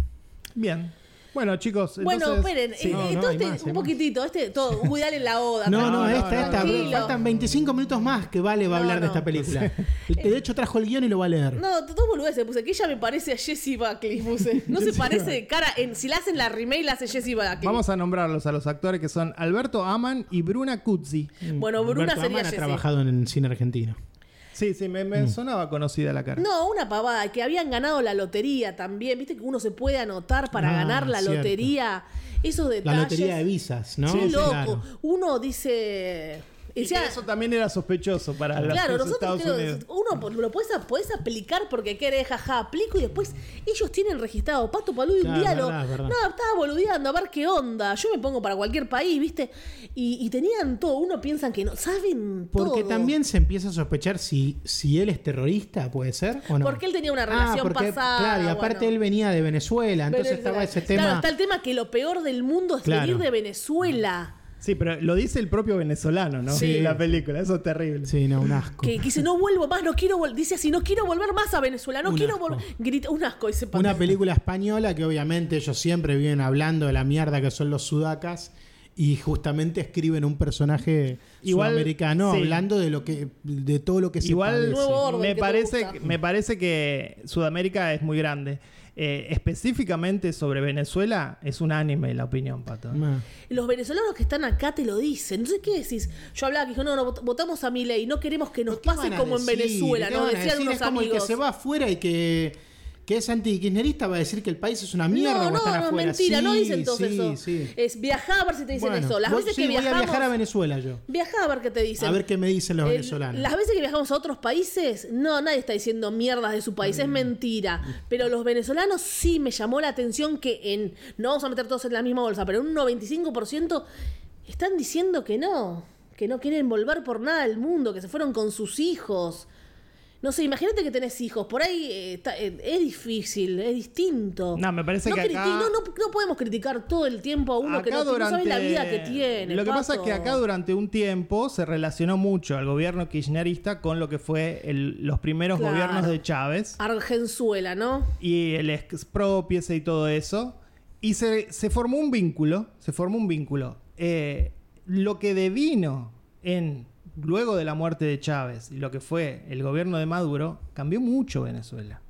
S2: Bien. Bueno, chicos.
S1: Bueno,
S2: entonces-
S1: esperen,
S2: Sí.
S1: eh,
S3: No, no,
S1: todo
S3: hay
S1: este-
S3: más, hay
S1: un
S3: más.
S1: poquitito, este, todo, Woody Allen la oda.
S3: No,
S2: no,
S3: no,
S2: no, no,
S3: esta, esta.
S1: tranquilo.
S3: Faltan 25 minutos más que Vale va a
S1: No,
S3: hablar
S1: no.
S3: de esta película. De hecho, trajo el guión y lo va a leer.
S1: No, todo boludez se puse, que ella me parece a Jessie Buckley, puse. No se parece de cara, en, si la hacen la remake la hace Jessie Buckley.
S2: Vamos a nombrarlos a los actores que son Alberto Aman y Bruna Cuzzi.
S1: bueno, Bruna
S3: Humberto
S1: sería
S3: Amán ha
S1: Jessie.
S3: trabajado en cine argentino.
S2: Sí, sí, me,
S3: Mm.
S2: me sonaba conocida la cara.
S1: No, una pavada, que habían ganado la lotería también, viste que uno se puede anotar para
S3: Ah,
S1: ganar la
S3: cierto.
S1: lotería, esos
S3: La
S1: detalles.
S3: lotería de visas, ¿no?
S1: Qué loco.
S3: Claro.
S1: Uno dice.
S2: Y
S1: decía-
S2: que eso también era sospechoso para los
S1: claro,
S2: los
S1: nosotros
S2: Estados
S1: creo que
S2: Unidos.
S1: uno por- lo puedes, aplicar porque querés, jaja, aplico y después ellos tienen registrado. Pato Paludi un
S3: Claro,
S1: día
S3: es
S1: lo.
S3: verdad, es verdad.
S1: No, estaba boludeando a ver qué onda. Yo me pongo para cualquier país, ¿viste? Y, y tenían todo. Uno piensan que no. Saben todo.
S3: Porque también se empieza a sospechar si, si él es terrorista, ¿puede ser? ¿O no?
S1: Porque él tenía una
S3: Ah,
S1: relación
S3: porque,
S1: pasada.
S3: Claro, y aparte
S1: bueno.
S3: él venía de Venezuela, entonces
S1: Venezuela.
S3: estaba ese tema.
S1: Claro, está el tema que lo peor del mundo es
S3: Claro.
S1: venir de Venezuela.
S2: Sí, pero lo dice el propio venezolano, ¿no?
S3: Sí.
S2: En la película. Eso es terrible.
S3: Sí, no, un asco.
S1: Que, que dice, no vuelvo más, no quiero vol-". Dice así, no quiero volver más a Venezuela, no
S3: Un
S1: quiero
S3: asco.
S1: volver. Grita, un asco ese Pato.
S3: Una película española que obviamente ellos siempre viven hablando de la mierda que son los sudacas y justamente escriben un personaje
S2: Igual,
S3: sudamericano
S2: sí.
S3: hablando de lo que de todo lo que se
S2: Igual
S3: padece.
S1: Nuevo orden,
S2: me,
S1: ¿qué te
S2: parece,
S1: gusta?
S2: me parece que Sudamérica es muy grande. Eh, específicamente sobre Venezuela es unánime la opinión, Pato.
S3: Ah.
S1: Los venezolanos que están acá te lo dicen. Entonces, ¿qué decís? Yo hablaba que dijo, no, no, vot- votamos a mi ley, no queremos que nos
S3: ¿Qué
S1: pase
S3: van a
S1: como en
S3: decir?
S1: Venezuela,
S3: ¿Qué
S1: nos
S3: van a
S1: decían
S3: decir?
S1: unos
S3: es como
S1: amigos.
S3: el que se va afuera y que, que es anti-kirchnerista va a decir que el país es una
S1: no,
S3: mierda
S1: no,
S3: o están
S1: no,
S3: afuera.
S1: mentira, no
S3: Sí,
S1: dicen todo
S3: sí,
S1: eso.
S3: sí.
S1: Es viajar a ver si te dicen
S3: Bueno,
S1: eso. Las
S3: voy-
S1: veces
S3: sí,
S1: que
S3: voy a
S1: viajamos.
S3: viajar a Venezuela yo.
S1: viajá a ver qué te dicen.
S3: A ver qué me dicen los
S1: El-
S3: venezolanos.
S1: Las veces que viajamos a otros países, no, nadie está diciendo mierdas de su país,
S2: Mm.
S1: es mentira. Pero los venezolanos sí me llamó la atención que en, no vamos a meter todos en la misma bolsa, pero en un 95% están diciendo que no, que no quieren volver por nada al mundo, que se fueron con sus hijos. No sé, imagínate que tenés hijos, por ahí eh, está- eh, es difícil, es distinto.
S2: No, me parece que
S1: criti-
S2: acá-
S1: no, no- no podemos criticar todo el tiempo a uno que no, no sabe la vida que tiene.
S2: Lo que pasa es
S1: Pato.
S2: que acá durante un tiempo se relacionó mucho al gobierno kirchnerista con lo que fue el- los primeros
S1: Claro.
S2: gobiernos de Chávez
S1: Argenzuela, ¿no?
S2: y el expropiese y todo eso. Y se, se formó un vínculo, se formó un vínculo. Eh, lo que devino en luego de la muerte de Chávez y lo que fue el gobierno de Maduro, cambió mucho Venezuela.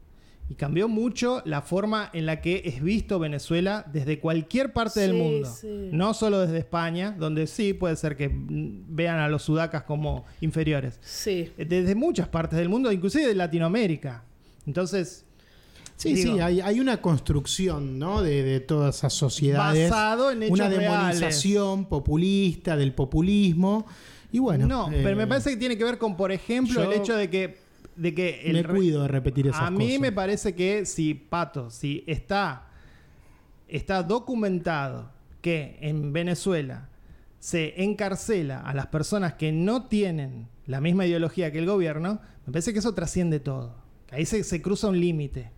S2: Y cambió mucho la forma en la que es visto Venezuela desde cualquier parte del
S1: Sí,
S2: mundo.
S1: sí.
S2: No solo desde España, donde sí puede ser que mm, vean a los sudacas como inferiores.
S1: Sí.
S2: Eh, Desde muchas partes del mundo, inclusive de Latinoamérica. Entonces,
S3: Sí,
S2: Digo.
S3: sí, hay, hay una construcción, ¿no? De, de todas esas sociedades.
S2: Basado en hechos
S3: Una demonización populista, del populismo. Y bueno.
S2: no,
S3: eh,
S2: pero me parece que tiene que ver con, por ejemplo,
S3: yo
S2: el hecho de que, de que el
S3: Me
S2: re-
S3: cuido de repetir esas
S2: A mí
S3: cosas.
S2: me parece que si Pato, si está está documentado que en Venezuela se encarcela a las personas que no tienen la misma ideología que el gobierno, me parece que eso trasciende todo. Que ahí se, se cruza un límite.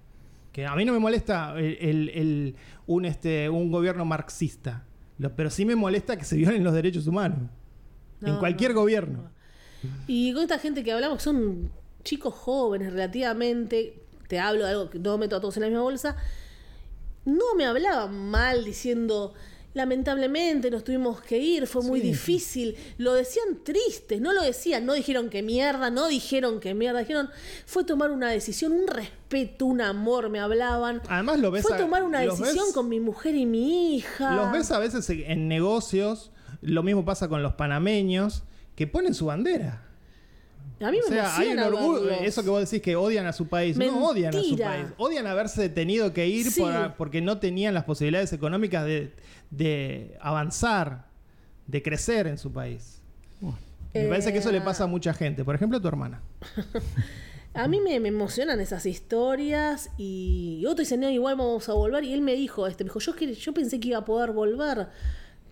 S2: Que a mí no me molesta el, el- el- un, este, un gobierno marxista, Lo- pero sí me molesta que se violen los derechos humanos. en
S1: No,
S2: cualquier
S1: no.
S2: gobierno.
S1: Y con esta gente que hablamos, que son chicos jóvenes relativamente, te hablo de algo que no meto a todos en la misma bolsa, no me hablaban mal diciendo, lamentablemente nos tuvimos que ir, fue muy difícil, lo decían tristes, no lo decían, no dijeron que mierda, no dijeron que mierda, dijeron, fue tomar una decisión, un respeto, un amor, me hablaban.
S2: Además lo ves
S1: Fue
S2: a-
S1: tomar una
S2: los
S1: decisión
S2: ves-
S1: con mi mujer y mi hija.
S2: Los ves a veces en en negocios, lo mismo pasa con los panameños, que ponen su bandera.
S1: A mí me
S2: O sea, hay un
S1: emociona
S2: orgullo,
S1: verlos.
S2: eso que vos decís que odian a su país, no odian a su
S1: Mentira.
S2: país, odian haberse tenido que ir
S1: Sí.
S2: por- porque no tenían las posibilidades económicas de, de avanzar, de crecer en su país. Me
S1: Eh,
S2: parece que eso le pasa a mucha gente, por ejemplo a tu hermana.
S1: A mí me, me emocionan esas historias y, y otro dice, no, igual vamos a volver. Y él me dijo, este, me dijo, yo, que- yo pensé que iba a poder volver,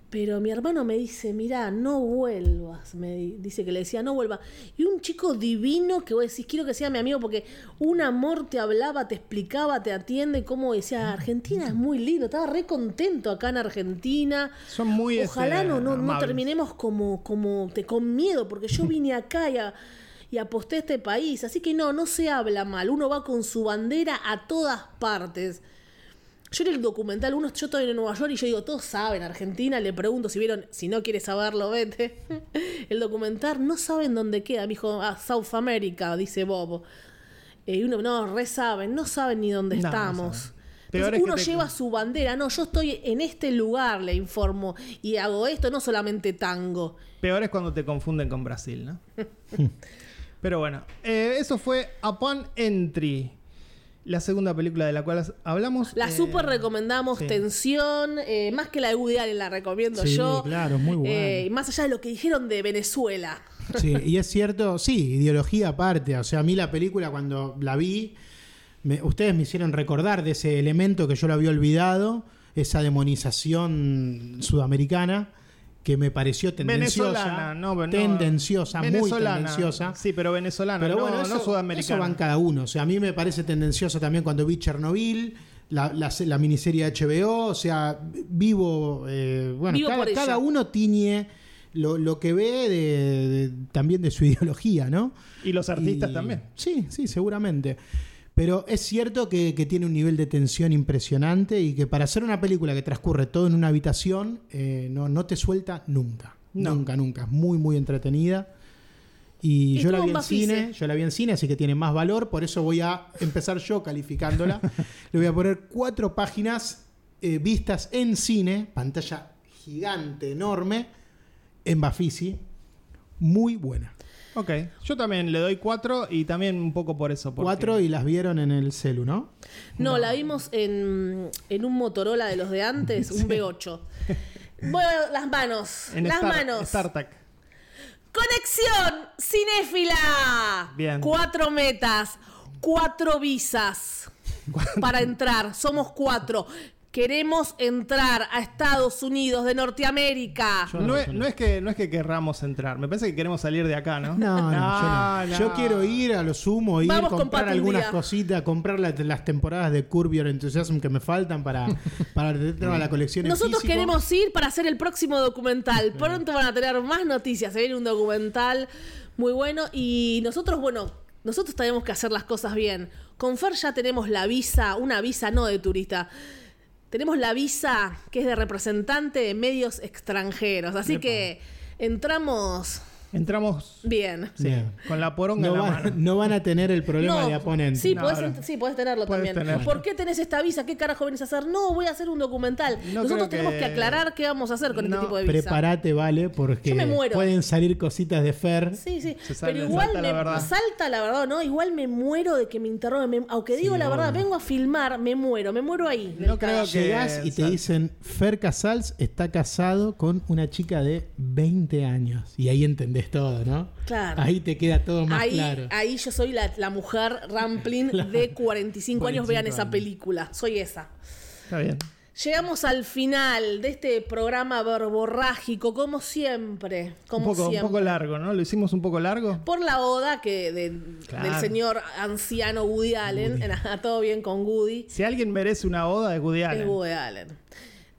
S1: pero mi hermano me dice, mirá, no vuelvas. Me di- dice que le decía, no vuelvas. Y un chico divino que vos decís, quiero que sea mi amigo porque un amor te hablaba, te explicaba, te atiende, como decía, Argentina es muy lindo, estaba re contento acá en Argentina.
S2: Son muy... este,
S1: Ojalá no, no, no
S2: amables.
S1: terminemos como, como te, con miedo, porque yo vine acá y, a- y aposté a este país. Así que no, no se habla mal. Uno va con su bandera a todas partes. Yo en el documental, uno, yo estoy en Nueva York y yo digo, todos saben, Argentina, le pregunto si vieron, si no quieres saberlo, vete. El documental, no saben dónde queda, me dijo, ah, South America, dice Bob. Eh, y uno, no, re saben, no saben ni dónde
S2: No, no
S1: estamos.
S2: saben.
S1: Entonces,
S2: Peor es que
S1: uno
S2: te-
S1: lleva su bandera, no, yo estoy en este lugar, le informo, y hago esto, no solamente tango.
S2: Peor es cuando te confunden con Brasil, ¿no? Pero bueno, eh, eso fue Upon Entry, la segunda película de la cual hablamos.
S1: La
S2: eh,
S1: super recomendamos,
S2: sí.
S1: tensión, eh, más que la de Woody Allen la recomiendo
S3: Sí,
S1: yo.
S3: claro, muy buena.
S1: Eh, y más allá de lo que dijeron de Venezuela.
S3: Sí, y es cierto, sí, ideología aparte. O sea, a mí la película cuando la vi, me- ustedes me hicieron recordar de ese elemento que yo lo había olvidado, esa demonización sudamericana que me pareció tendenciosa.
S2: Venezolana, no, no,
S3: tendenciosa, muy tendenciosa.
S2: Sí, pero venezolana,
S3: Pero
S2: no,
S3: bueno,
S2: no
S3: eso, eso
S2: sudamericana.
S3: van cada uno. O sea, a mí me parece tendenciosa también cuando vi Chernobyl, la, la, la miniserie HBO. O sea, vivo. eh, bueno,
S1: Vivo por
S3: cada,
S1: ella.
S3: cada uno tiñe lo, lo que ve de- de- también de su ideología, ¿no?
S2: y los artistas
S3: Y-
S2: también.
S3: Sí, sí, seguramente. Pero es cierto que, que tiene un nivel de tensión impresionante y que para hacer una película que transcurre todo en una habitación, eh, no, no te suelta nunca.
S2: No.
S3: Nunca, nunca. Es muy, muy entretenida. Y,
S1: Y
S3: yo la
S1: estuvo
S3: vi
S1: en
S3: en
S1: Bafisi.
S3: cine, yo la vi en cine, así que tiene más valor. Por eso voy a empezar yo calificándola. Le voy a poner cuatro páginas eh, vistas en cine, pantalla gigante, enorme, en Bafisi. Muy buena.
S2: Ok, yo también le doy cuatro y también un poco por eso. porque-
S3: Cuatro y las vieron en el celu, ¿no?
S1: No, la vimos en, en un Motorola de los de antes, un V8. Bueno, las manos,
S2: en
S1: las
S2: Star-
S1: manos.
S2: StarTac.
S1: Conexión cinéfila.
S2: Bien.
S1: Cuatro metas, cuatro visas para entrar. Somos cuatro. Queremos entrar a Estados Unidos de Norteamérica.
S2: No, es, no es que, no es que querramos entrar, me parece que queremos salir de acá, ¿no?
S3: No, no, yo no. Yo quiero ir a lo sumo, ir,
S1: Vamos con
S3: comprar
S1: Pato un
S3: algunas
S1: día.
S3: cositas, comprar la- las temporadas de Curb Your Enthusiasm que me faltan para, para tener a la colección en
S1: Nosotros
S3: físico.
S1: queremos ir para hacer el próximo documental. Pronto van a tener más noticias. Se viene un documental muy bueno. Y nosotros, bueno, nosotros tenemos que hacer las cosas bien. Con Fer ya tenemos la visa, una visa no de turista. Tenemos la visa que es de representante de medios extranjeros. Así que entramos
S2: Entramos
S1: bien.
S2: sí,
S3: Bien.
S2: con la poronga
S3: No
S2: en la mano.
S3: van, no van a tener el problema
S1: No,
S3: de oponente.
S1: Sí,
S2: No,
S1: podés,
S2: no.
S1: ent- sí, podés tenerlo
S2: Podés
S1: también.
S2: tenerlo.
S1: ¿Por qué tenés esta visa? ¿Qué carajo venís a hacer? No, voy a hacer un documental.
S2: No
S1: Nosotros
S2: creo
S1: tenemos que
S2: que
S1: aclarar qué vamos a hacer con
S2: No.
S1: este tipo de visa.
S3: Prepárate, vale, porque
S1: Yo me muero.
S3: pueden salir cositas de Fer.
S1: Sí, sí.
S2: Se sale-
S1: Pero igual
S2: salta la
S1: me
S2: verdad.
S1: salta la verdad, ¿no? Igual me muero de que me interroguen. Me- aunque digo la
S3: obvio.
S1: verdad, vengo a filmar, me muero, me muero ahí.
S2: No creo que.
S3: Llegás y te
S2: sal-
S3: dicen, Fer Casals está casado con una chica de 20 años. Y ahí entendés todo, ¿no?
S1: Claro.
S3: Ahí te queda todo más
S1: Ahí,
S3: claro.
S1: ahí yo soy la, la mujer Ramplin de 45 años. Vean esa película. Soy esa.
S2: Está bien.
S1: Llegamos al final de este programa verborrágico, como siempre.
S2: Un
S1: Como
S2: poco, un
S1: siempre.
S2: poco largo, ¿no? Lo hicimos un poco largo.
S1: Por la oda que de-
S2: Claro.
S1: del señor anciano Woody Allen, a todo bien con Woody,
S2: Si alguien merece una oda de Woody
S1: es
S2: Allen.
S1: Woody Allen.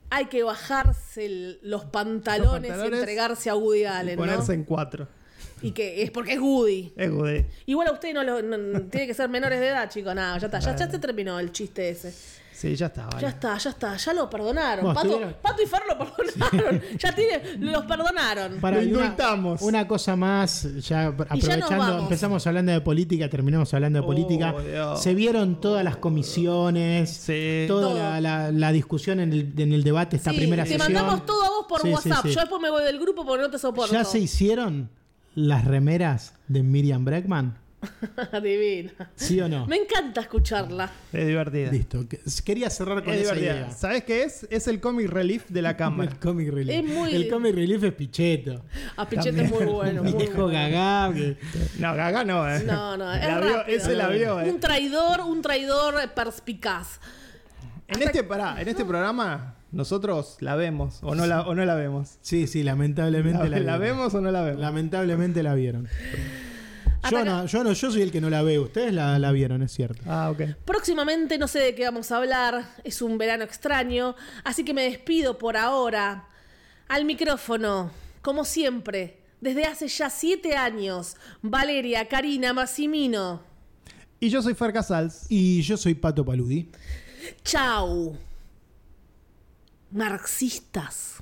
S1: Hay que bajarse el- los, pantalones y
S2: pantalones
S1: entregarse a Woody Allen, ¿no?
S2: Ponerse en cuatro.
S1: Y que es porque es Woody.
S2: Es Woody.
S1: Igual a usted no lo no- tiene que ser menores de edad, chicos. Nada, ya está, ya, ya se terminó el chiste ese.
S2: Sí, ya está. vale.
S1: Ya está, ya está, ya lo perdonaron.
S3: Bueno,
S1: Pato,
S3: estuvieron-
S1: Pato y Fer lo perdonaron. ya tiene, los perdonaron.
S3: Para
S2: Lo
S3: y una-
S2: indultamos.
S3: Una, cosa más, ya aprovechando,
S1: vamos.
S3: empezamos hablando de política, terminamos hablando de
S2: Oh,
S3: política.
S2: Dios.
S3: Se vieron todas las comisiones,
S2: Sí.
S1: Todo.
S3: toda la, la- la discusión en el, en el debate, esta
S1: Sí,
S3: primera
S1: te
S3: sesión.
S1: mandamos todo a vos por
S3: Sí, sí,
S1: WhatsApp.
S3: sí.
S1: Yo después me voy del grupo porque no te soporto.
S3: ¿Ya se hicieron las remeras de Miriam Breckman?
S1: Divina.
S3: ¿Sí o no?
S1: Me encanta escucharla.
S2: Es divertida.
S3: Listo. que- Quería cerrar con
S2: Es
S3: esa
S2: divertida.
S3: idea.
S2: ¿Sabes qué es? Es el comic relief de la cámara.
S3: El comic relief.
S1: Es muy-
S3: El comic relief es Picheto.
S1: A Ah, Pichete es muy bueno. Muy
S3: Viejo
S1: bueno.
S3: gagá. que-
S2: No, Gaga no, ¿eh?
S1: No, no, es
S2: La vio-
S1: rápido.
S2: ese la vio, ¿eh?
S1: Un traidor, un traidor perspicaz.
S2: En este, pará, en este programa nosotros la vemos o no la, o no la vemos.
S3: Sí, sí, lamentablemente
S2: ¿La,
S3: la,
S2: la
S3: vieron.
S2: vemos o no la vemos?
S3: Lamentablemente la vieron.
S1: Ataca-
S3: Yo no, yo no, yo soy el que no la veo. Ustedes la, la vieron, es cierto.
S2: Ah, ok.
S1: Próximamente no sé de qué vamos a hablar, es un verano extraño, así que me despido por ahora. Al micrófono, como siempre, desde hace ya siete años, Valeria Karina Massimino.
S2: Y yo soy Fer Casals.
S3: Y yo soy Pato Paludi.
S1: Chau. Marxistas.